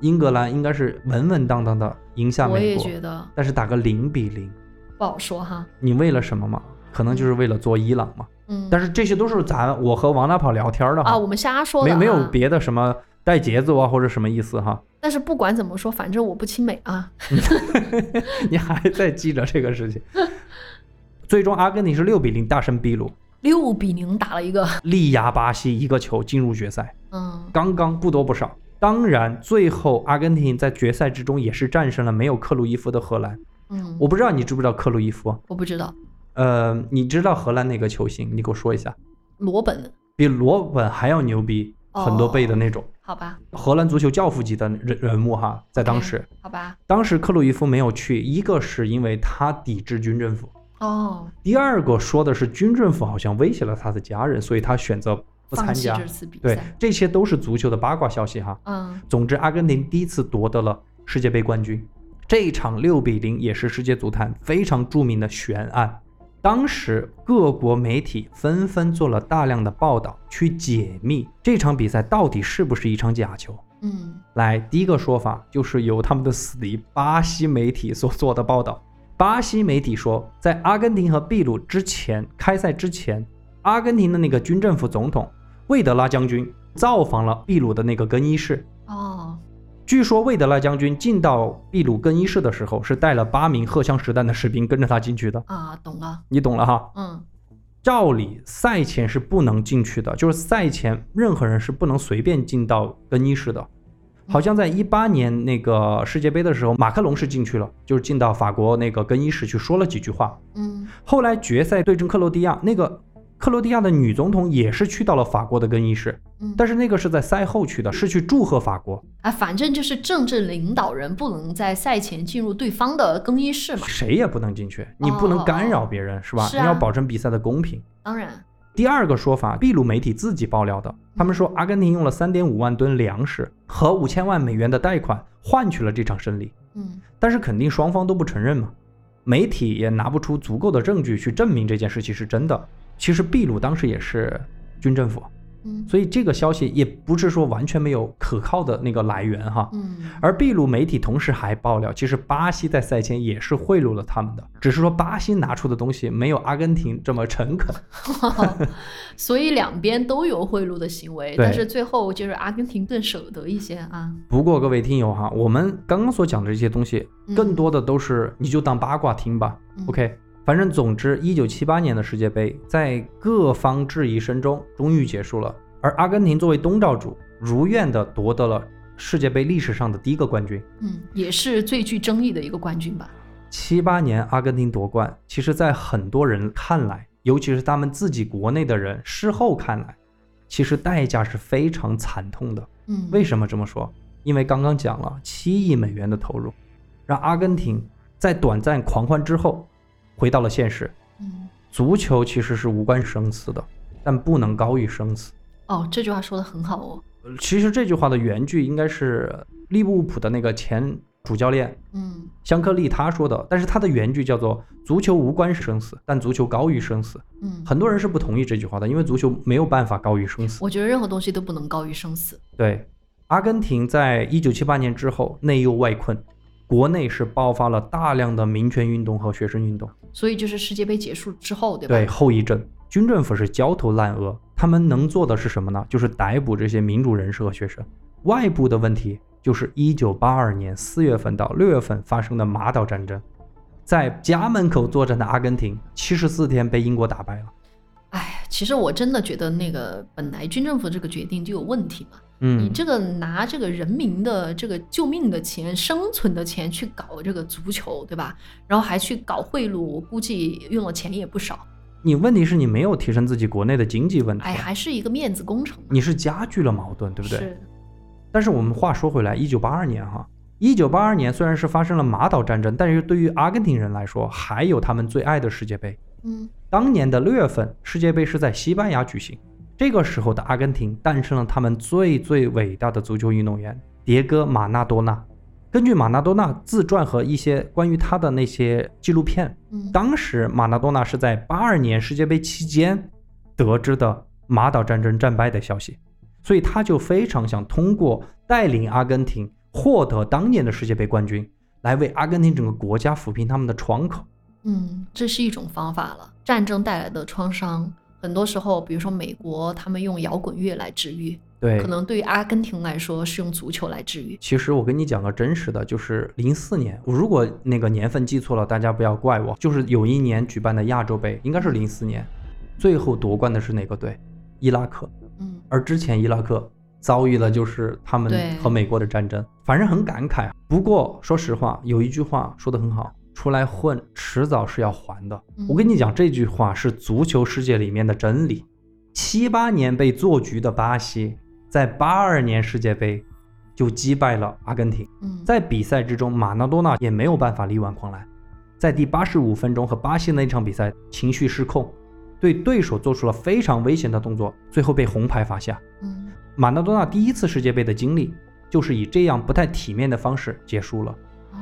[SPEAKER 1] 英格兰应该是稳稳当当的赢下
[SPEAKER 2] 我
[SPEAKER 1] 美
[SPEAKER 2] 也
[SPEAKER 1] 国，
[SPEAKER 2] 觉得
[SPEAKER 1] 但是打个零比零，
[SPEAKER 2] 不好说哈。
[SPEAKER 1] 你为了什么嘛？可能就是为了做伊朗嘛。
[SPEAKER 2] 嗯，
[SPEAKER 1] 但是这些都是咱我和王大跑聊天的哈，
[SPEAKER 2] 啊，我们瞎说的、
[SPEAKER 1] 没
[SPEAKER 2] 啊，
[SPEAKER 1] 没有别的什么带节奏啊或者什么意思 哈。
[SPEAKER 2] 但是不管怎么说，反正我不亲美啊。
[SPEAKER 1] 你还在记着这个事情。最终阿根廷是六比零大胜秘鲁，
[SPEAKER 2] 六比零打了 一个，
[SPEAKER 1] 力压巴西一个球进入决赛，
[SPEAKER 2] 嗯，
[SPEAKER 1] 刚刚不多不少。当然，最后阿根廷在决赛之中也是战胜了没有克鲁伊夫的荷兰。
[SPEAKER 2] 嗯，
[SPEAKER 1] 我不知道你知不知道克鲁伊夫？啊
[SPEAKER 2] 我不知道
[SPEAKER 1] 呃，你知道荷兰哪个球星？你给我说一下，
[SPEAKER 2] 罗本，
[SPEAKER 1] 比罗本还要牛逼
[SPEAKER 2] 哦
[SPEAKER 1] 很多倍的那种。
[SPEAKER 2] 好吧，
[SPEAKER 1] 荷兰足球教父级的人人物哈，在当时，
[SPEAKER 2] 好吧，
[SPEAKER 1] 当时克鲁伊夫没有去，一个是因为他抵制军政府，
[SPEAKER 2] 哦，
[SPEAKER 1] 第二个说的是军政府好像威胁了他的家人，所以他选择不参
[SPEAKER 2] 放弃
[SPEAKER 1] 加
[SPEAKER 2] 这。次比
[SPEAKER 1] 对
[SPEAKER 2] 赛，，
[SPEAKER 1] 这些都是足球的八卦消息哈。
[SPEAKER 2] 嗯，
[SPEAKER 1] 总之，阿根廷第一次夺得了世界杯冠军。这一场六比零也是世界足坛非常著名的悬案。当时各国媒体纷纷做了大量的报道，去解密这场比赛到底是不是一场假球。
[SPEAKER 2] 嗯，
[SPEAKER 1] 来，第一个说法就是由他们的死敌巴西媒体所做的报道。巴西媒体说，在阿根廷和秘鲁之前开赛之前，阿根廷的那个军政府总统魏德拉将军造访了秘鲁的那个更衣室，
[SPEAKER 2] 哦，
[SPEAKER 1] 据说魏德赖将军进到秘鲁更衣室的时候，是带了八名荷枪实弹的士兵跟着他进去的，
[SPEAKER 2] 啊，懂了，
[SPEAKER 1] 你懂了哈？
[SPEAKER 2] 嗯，
[SPEAKER 1] 照理赛前是不能进去的，就是赛前任何人是不能随便进到更衣室的。好像在一八年那个世界杯的时候，马克龙是进去了，就是进到法国那个更衣室去说了几句话。
[SPEAKER 2] 嗯，
[SPEAKER 1] 后来决赛对阵克罗地亚，那个克罗地亚的女总统也是去到了法国的更衣室，
[SPEAKER 2] 嗯
[SPEAKER 1] 但是那个是在赛后去的，是去祝贺法国。
[SPEAKER 2] 啊，反正就是政治领导人不能在赛前进入对方的更衣室嘛。
[SPEAKER 1] 谁也不能进去，你不能干扰别人，是吧？
[SPEAKER 2] 是啊
[SPEAKER 1] 你要保证比赛的公平。
[SPEAKER 2] 当然，
[SPEAKER 1] 第二个说法，秘鲁媒体自己爆料的，他们说阿根廷用了三点五万吨粮食和五千万美元的贷款换取了这场胜利，
[SPEAKER 2] 嗯，
[SPEAKER 1] 但是肯定双方都不承认嘛，媒体也拿不出足够的证据去证明这件事情是真的。其实秘鲁当时也是军政府，
[SPEAKER 2] 嗯，
[SPEAKER 1] 所以这个消息也不是说完全没有可靠的那个来源哈。
[SPEAKER 2] 嗯，
[SPEAKER 1] 而秘鲁媒体同时还爆料，其实巴西在赛前也是贿赂了他们的，只是说巴西拿出的东西没有阿根廷这么诚恳。
[SPEAKER 2] 所以两边都有贿赂的行为，
[SPEAKER 1] 对
[SPEAKER 2] 但是最后就是阿根廷更舍得一些啊。
[SPEAKER 1] 不过各位听友哈，我们刚刚所讲的这些东西，
[SPEAKER 2] 嗯
[SPEAKER 1] 更多的都是你就当八卦听吧。
[SPEAKER 2] 嗯
[SPEAKER 1] OK，反正总之，一九七八年的世界杯在各方质疑声中终于结束了，而阿根廷作为东道主，如愿的夺得了世界杯历史上的第一个冠军。
[SPEAKER 2] 嗯，也是最具争议的一个冠军吧。
[SPEAKER 1] 七八年阿根廷夺冠，其实在很多人看来，尤其是他们自己国内的人，事后看来，其实代价是非常惨痛的。
[SPEAKER 2] 嗯，
[SPEAKER 1] 为什么这么说？因为刚刚讲了七亿美元的投入，让阿根廷在短暂狂欢之后回到了现实。
[SPEAKER 2] 嗯，
[SPEAKER 1] 足球其实是无关生死的，但不能高于生死。
[SPEAKER 2] 哦，这句话说的很好哦。
[SPEAKER 1] 呃其实这句话的原句应该是利物浦的那个前主教练
[SPEAKER 2] 嗯
[SPEAKER 1] 香克利他说的，但是他的原句叫做“足球无关生死，但足球高于生死”。
[SPEAKER 2] 嗯，
[SPEAKER 1] 很多人是不同意这句话的，因为足球没有办法高于生死。
[SPEAKER 2] 我觉得任何东西都不能高于生死。
[SPEAKER 1] 对，阿根廷在一九七八年之后内忧外困，国内是爆发了大量的民权运动和学生运动，
[SPEAKER 2] 所以就是世界杯结束之后，对吧？
[SPEAKER 1] 对后遗症，军政府是焦头烂额，他们能做的是什么呢？就是逮捕这些民主人士和学生。外部的问题就是一九八二年四月份到六月份发生的马岛战争，在家门口作战的阿根廷，七十四天被英国打败了。
[SPEAKER 2] 哎，其实我真的觉得那个本来军政府这个决定就有问题嘛。你
[SPEAKER 1] 嗯，
[SPEAKER 2] 这个拿这个人民的这个救命的钱、生存的钱去搞这个足球，对吧？然后还去搞贿赂，我估计用了钱也不少。
[SPEAKER 1] 嗯你问题是你没有提升自己国内的经济问题啊
[SPEAKER 2] 哎，，还是一个面子工程嘛，
[SPEAKER 1] 你是加剧了矛盾，嗯对不对？
[SPEAKER 2] 是，
[SPEAKER 1] 但是我们话说回来，一九八二年哈，一九八二年虽然是发生了马岛战争，但是对于阿根廷人来说，还有他们最爱的世界杯。
[SPEAKER 2] 嗯
[SPEAKER 1] 当年的六月份，世界杯是在西班牙举行。这个时候的阿根廷诞生了他们最最伟大的足球运动员迭戈·马纳多纳。根据马纳多纳自传和一些关于他的那些纪录片，
[SPEAKER 2] 嗯，
[SPEAKER 1] 当时马拉多纳是在八二年世界杯期间得知的马岛战争战败的消息，所以他就非常想通过带领阿根廷获得当年的世界杯冠军，来为阿根廷整个国家抚平他们的窗口。
[SPEAKER 2] 嗯，这是一种方法了。战争带来的创伤，很多时候，比如说美国，他们用摇滚乐来治愈，
[SPEAKER 1] 对
[SPEAKER 2] 可，能对于阿根廷来说是用足球来治愈。
[SPEAKER 1] 其实我跟你讲个真实的，就是零四年，我如果那个年份记错了，大家不要怪我。就是有一年举办的亚洲杯，应该是零四年，最后夺冠的是哪个队？伊拉克。
[SPEAKER 2] 嗯
[SPEAKER 1] 而之前伊拉克遭遇了就是他们
[SPEAKER 2] 对
[SPEAKER 1] 和美国的战争，反正很感慨。啊不过说实话，有一句话说得很好，出来混迟早是要还的。
[SPEAKER 2] 嗯
[SPEAKER 1] 我跟你讲，这句话是足球世界里面的真理。七八年被做局的巴西，在八二年世界杯就击败了阿根廷。
[SPEAKER 2] 嗯，
[SPEAKER 1] 在比赛之中，马拉多纳也没有办法力挽狂澜，在第八十五分钟和巴西那场比赛情绪失控，对对手做出了非常危险的动作，最后被红牌罚下。
[SPEAKER 2] 嗯
[SPEAKER 1] 马拉多纳第一次世界杯的经历就是以这样不太体面的方式结束了。
[SPEAKER 2] 哦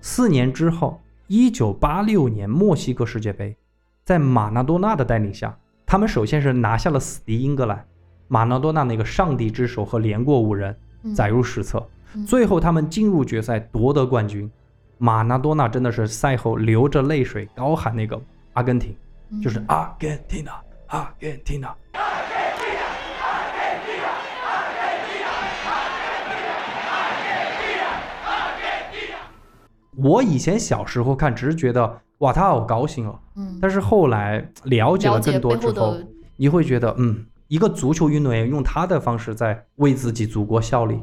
[SPEAKER 1] 四年之后，一九八六年墨西哥世界杯，在马拉多纳的带领下，他们首先是拿下了死敌英格兰，马拉多纳那个上帝之手和连过五人
[SPEAKER 2] 嗯
[SPEAKER 1] 载入史册。
[SPEAKER 2] 嗯
[SPEAKER 1] 最后他们进入决赛夺得冠军，马拉多纳真的是赛后流着泪水高喊那个阿根廷，就是
[SPEAKER 2] 嗯
[SPEAKER 1] 阿根廷啊，阿根廷啊。我以前小时候看，只是觉得哇，他好高兴哦。
[SPEAKER 2] 嗯，
[SPEAKER 1] 但是后来了解
[SPEAKER 2] 了
[SPEAKER 1] 了
[SPEAKER 2] 解
[SPEAKER 1] 更多
[SPEAKER 2] 背
[SPEAKER 1] 之
[SPEAKER 2] 后
[SPEAKER 1] 后，
[SPEAKER 2] 的
[SPEAKER 1] 你会觉得，嗯，一个足球运动员用他的方式在为自己祖国效力。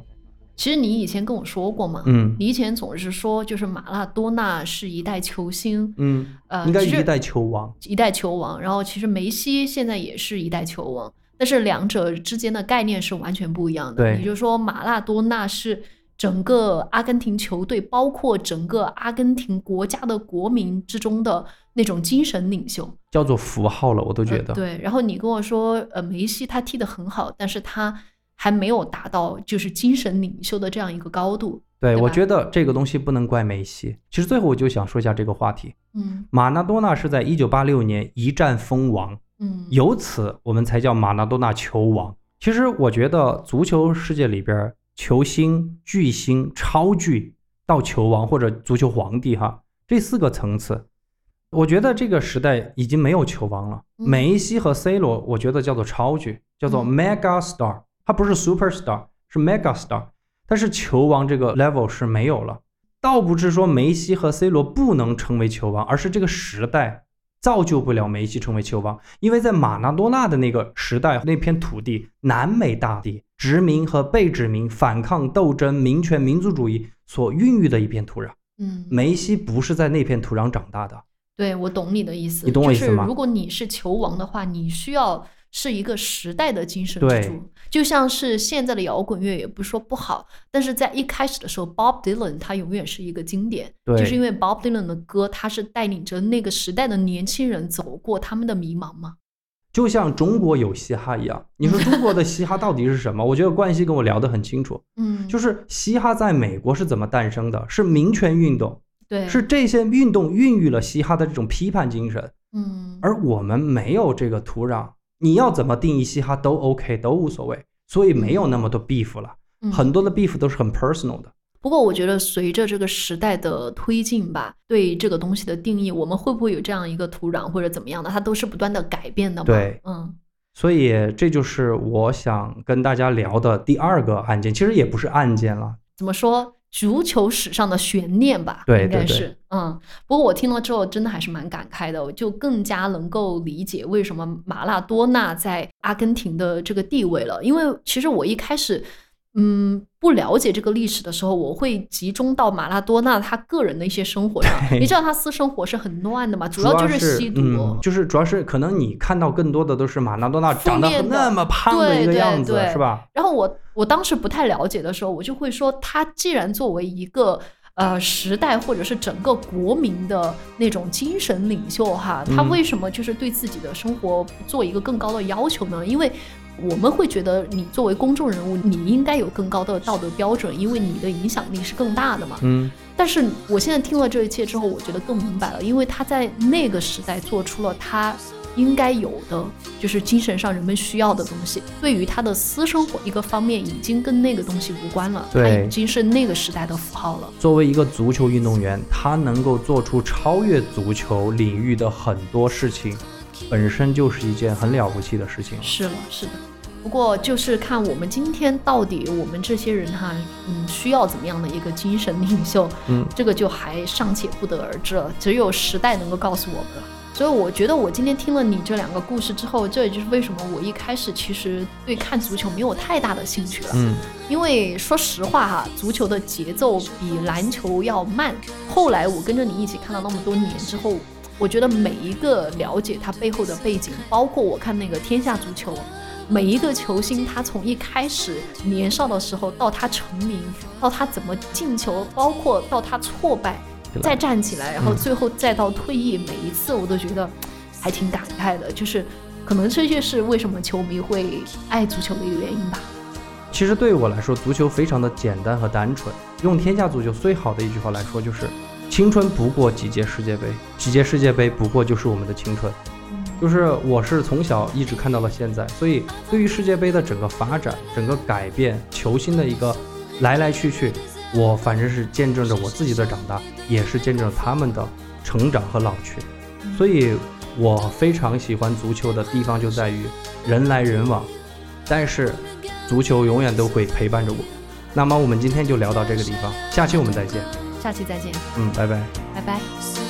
[SPEAKER 2] 其实你以前跟我说过嘛，
[SPEAKER 1] 嗯
[SPEAKER 2] 你以前总是说就是马拉多纳是一代球星，
[SPEAKER 1] 嗯，
[SPEAKER 2] 呃，
[SPEAKER 1] 应该
[SPEAKER 2] 其实
[SPEAKER 1] 一代球王。
[SPEAKER 2] 一代球王，然后其实梅西现在也是一代球王，但是两者之间的概念是完全不一样的。
[SPEAKER 1] 对
[SPEAKER 2] 也就是说马拉多纳是整个阿根廷球队，包括整个阿根廷国家的国民之中的那种精神领袖。
[SPEAKER 1] 叫做符号了，我都觉得。
[SPEAKER 2] 呃对，然后你跟我说，呃，梅西他踢得很好，但是他还没有达到就是精神领袖的这样一个高度。
[SPEAKER 1] 对
[SPEAKER 2] 对
[SPEAKER 1] 我
[SPEAKER 2] 吧
[SPEAKER 1] 觉得这个东西不能怪梅西。其实最后我就想说一下这个话题，
[SPEAKER 2] 嗯
[SPEAKER 1] 马拉多纳是在一九八六年一战封王，
[SPEAKER 2] 嗯，
[SPEAKER 1] 由此我们才叫马拉多纳球王。其实我觉得足球世界里边，球星、巨星、超巨到球王或者足球皇帝哈，这四个层次，我觉得这个时代已经没有球王了。
[SPEAKER 2] 嗯
[SPEAKER 1] 梅西和 C 罗，我觉得叫做超巨，叫做
[SPEAKER 2] 嗯
[SPEAKER 1] mega star，它不是 super star，是 mega star。但是球王这个 level 是没有了。倒不是说梅西和 C 罗不能成为球王，而是这个时代造就不了梅西成为球王，因为在马拉多纳的那个时代，那片土地南美大地殖民和被殖民、反抗、斗争、民权、民族主义所孕育的一片土壤。
[SPEAKER 2] 嗯，
[SPEAKER 1] 梅西不是在那片土壤长大的，
[SPEAKER 2] 对，我懂你的意思。
[SPEAKER 1] 你懂我意思
[SPEAKER 2] 就
[SPEAKER 1] 吗
[SPEAKER 2] 是如果你是球王的话，你需要是一个时代的精神
[SPEAKER 1] 对
[SPEAKER 2] 支柱，就像是现在的摇滚乐也不是说不好，但是在一开始的时候，Bob Dylan 他永远是一个经典，
[SPEAKER 1] 对
[SPEAKER 2] 就是因为 Bob Dylan 的歌，他是带领着那个时代的年轻人走过他们的迷茫嘛。
[SPEAKER 1] 就像中国有嘻哈一样。你说中国的嘻哈到底是什么？我觉得冠希跟我聊得很清楚，
[SPEAKER 2] 嗯，
[SPEAKER 1] 就是嘻哈在美国是怎么诞生的，是民权运动，
[SPEAKER 2] 对，
[SPEAKER 1] 是这些运动孕育了嘻哈的这种批判精神。
[SPEAKER 2] 嗯，
[SPEAKER 1] 而我们没有这个土壤，你要怎么定义嘻哈都 OK，都无所谓，所以没有那么多 beef 了。
[SPEAKER 2] 嗯
[SPEAKER 1] 很多的 beef 都是很 personal 的，
[SPEAKER 2] 不过，我觉得随着这个时代的推进吧，对这个东西的定义，我们会不会有这样一个土壤或者怎么样的，它都是不断的改变的嘛。
[SPEAKER 1] 对，
[SPEAKER 2] 嗯
[SPEAKER 1] 所以这就是我想跟大家聊的第二个案件，其实也不是案件了，
[SPEAKER 2] 怎么说足球史上的悬念吧，
[SPEAKER 1] 对
[SPEAKER 2] 应该
[SPEAKER 1] 对对
[SPEAKER 2] 是嗯。不过我听了之后，真的还是蛮感慨的，我就更加能够理解为什么马拉多纳在阿根廷的这个地位了。因为其实我一开始。嗯，不了解这个历史的时候，我会集中到马拉多纳他个人的一些生活上。
[SPEAKER 1] 对
[SPEAKER 2] 你知道他私生活是很乱的嘛，主
[SPEAKER 1] 主
[SPEAKER 2] 要就是吸毒，
[SPEAKER 1] 嗯，就是主要是可能你看到更多的都是马拉多纳
[SPEAKER 2] 负
[SPEAKER 1] 长得
[SPEAKER 2] 面的
[SPEAKER 1] 那么胖的一个
[SPEAKER 2] 对对
[SPEAKER 1] 样子，
[SPEAKER 2] 对
[SPEAKER 1] 是吧？
[SPEAKER 2] 然后我我当时不太了解的时候，我就会说，他既然作为一个呃时代或者是整个国民的那种精神领袖哈，他
[SPEAKER 1] 嗯
[SPEAKER 2] 为什么就是对自己的生活不做一个更高的要求呢？因为我们会觉得你作为公众人物，你应该有更高的道德标准，因为你的影响力是更大的嘛。
[SPEAKER 1] 嗯，
[SPEAKER 2] 但是我现在听了这一切之后，我觉得更明白了，因为他在那个时代做出了他应该有的，就是精神上人们需要的东西。对于他的私生活一个方面，已经跟那个东西无关了，他
[SPEAKER 1] 对
[SPEAKER 2] 已经是那个时代的符号了。
[SPEAKER 1] 作为一个足球运动员，他能够做出超越足球领域的很多事情，本身就是一件很了不起的事情了。
[SPEAKER 2] 是了，是的。不过就是看我们今天到底我们这些人哈，嗯，需要怎么样的一个精神领袖，
[SPEAKER 1] 嗯，
[SPEAKER 2] 这个就还尚且不得而知了，只有时代能够告诉我们了。所以我觉得我今天听了你这两个故事之后，这也就是为什么我一开始其实对看足球没有太大的兴趣了，
[SPEAKER 1] 嗯，
[SPEAKER 2] 因为说实话哈，足球的节奏比篮球要慢。后来我跟着你一起看了那么多年之后，我觉得每一个了解它背后的背景，包括我看那个《天下足球》，每一个球星，他从一开始年少的时候到他成名，到他怎么进球，包括到他挫败
[SPEAKER 1] 对吧
[SPEAKER 2] 再站起来，然后最后再到退役，每一次我都觉得还挺感慨的，就是可能这就是为什么球迷会爱足球的一个原因吧。
[SPEAKER 1] 其实对我来说，足球非常的简单和单纯。用天下足球最好的一句话来说，就是“青春不过几届世界杯，几届世界杯不过就是我们的青春”。就是我是从小一直看到了现在，所以对于世界杯的整个发展、整个改变、球星的一个来来去去，我反正是见证着我自己的长大，也是见证着他们的成长和老去。所以我非常喜欢足球的地方就在于人来人往，但是足球永远都会陪伴着我。那么我们今天就聊到这个地方，下期我们再见。
[SPEAKER 3] 「
[SPEAKER 1] 下期再见，
[SPEAKER 4] 嗯，拜拜。
[SPEAKER 1] 拜拜。
[SPEAKER 2] So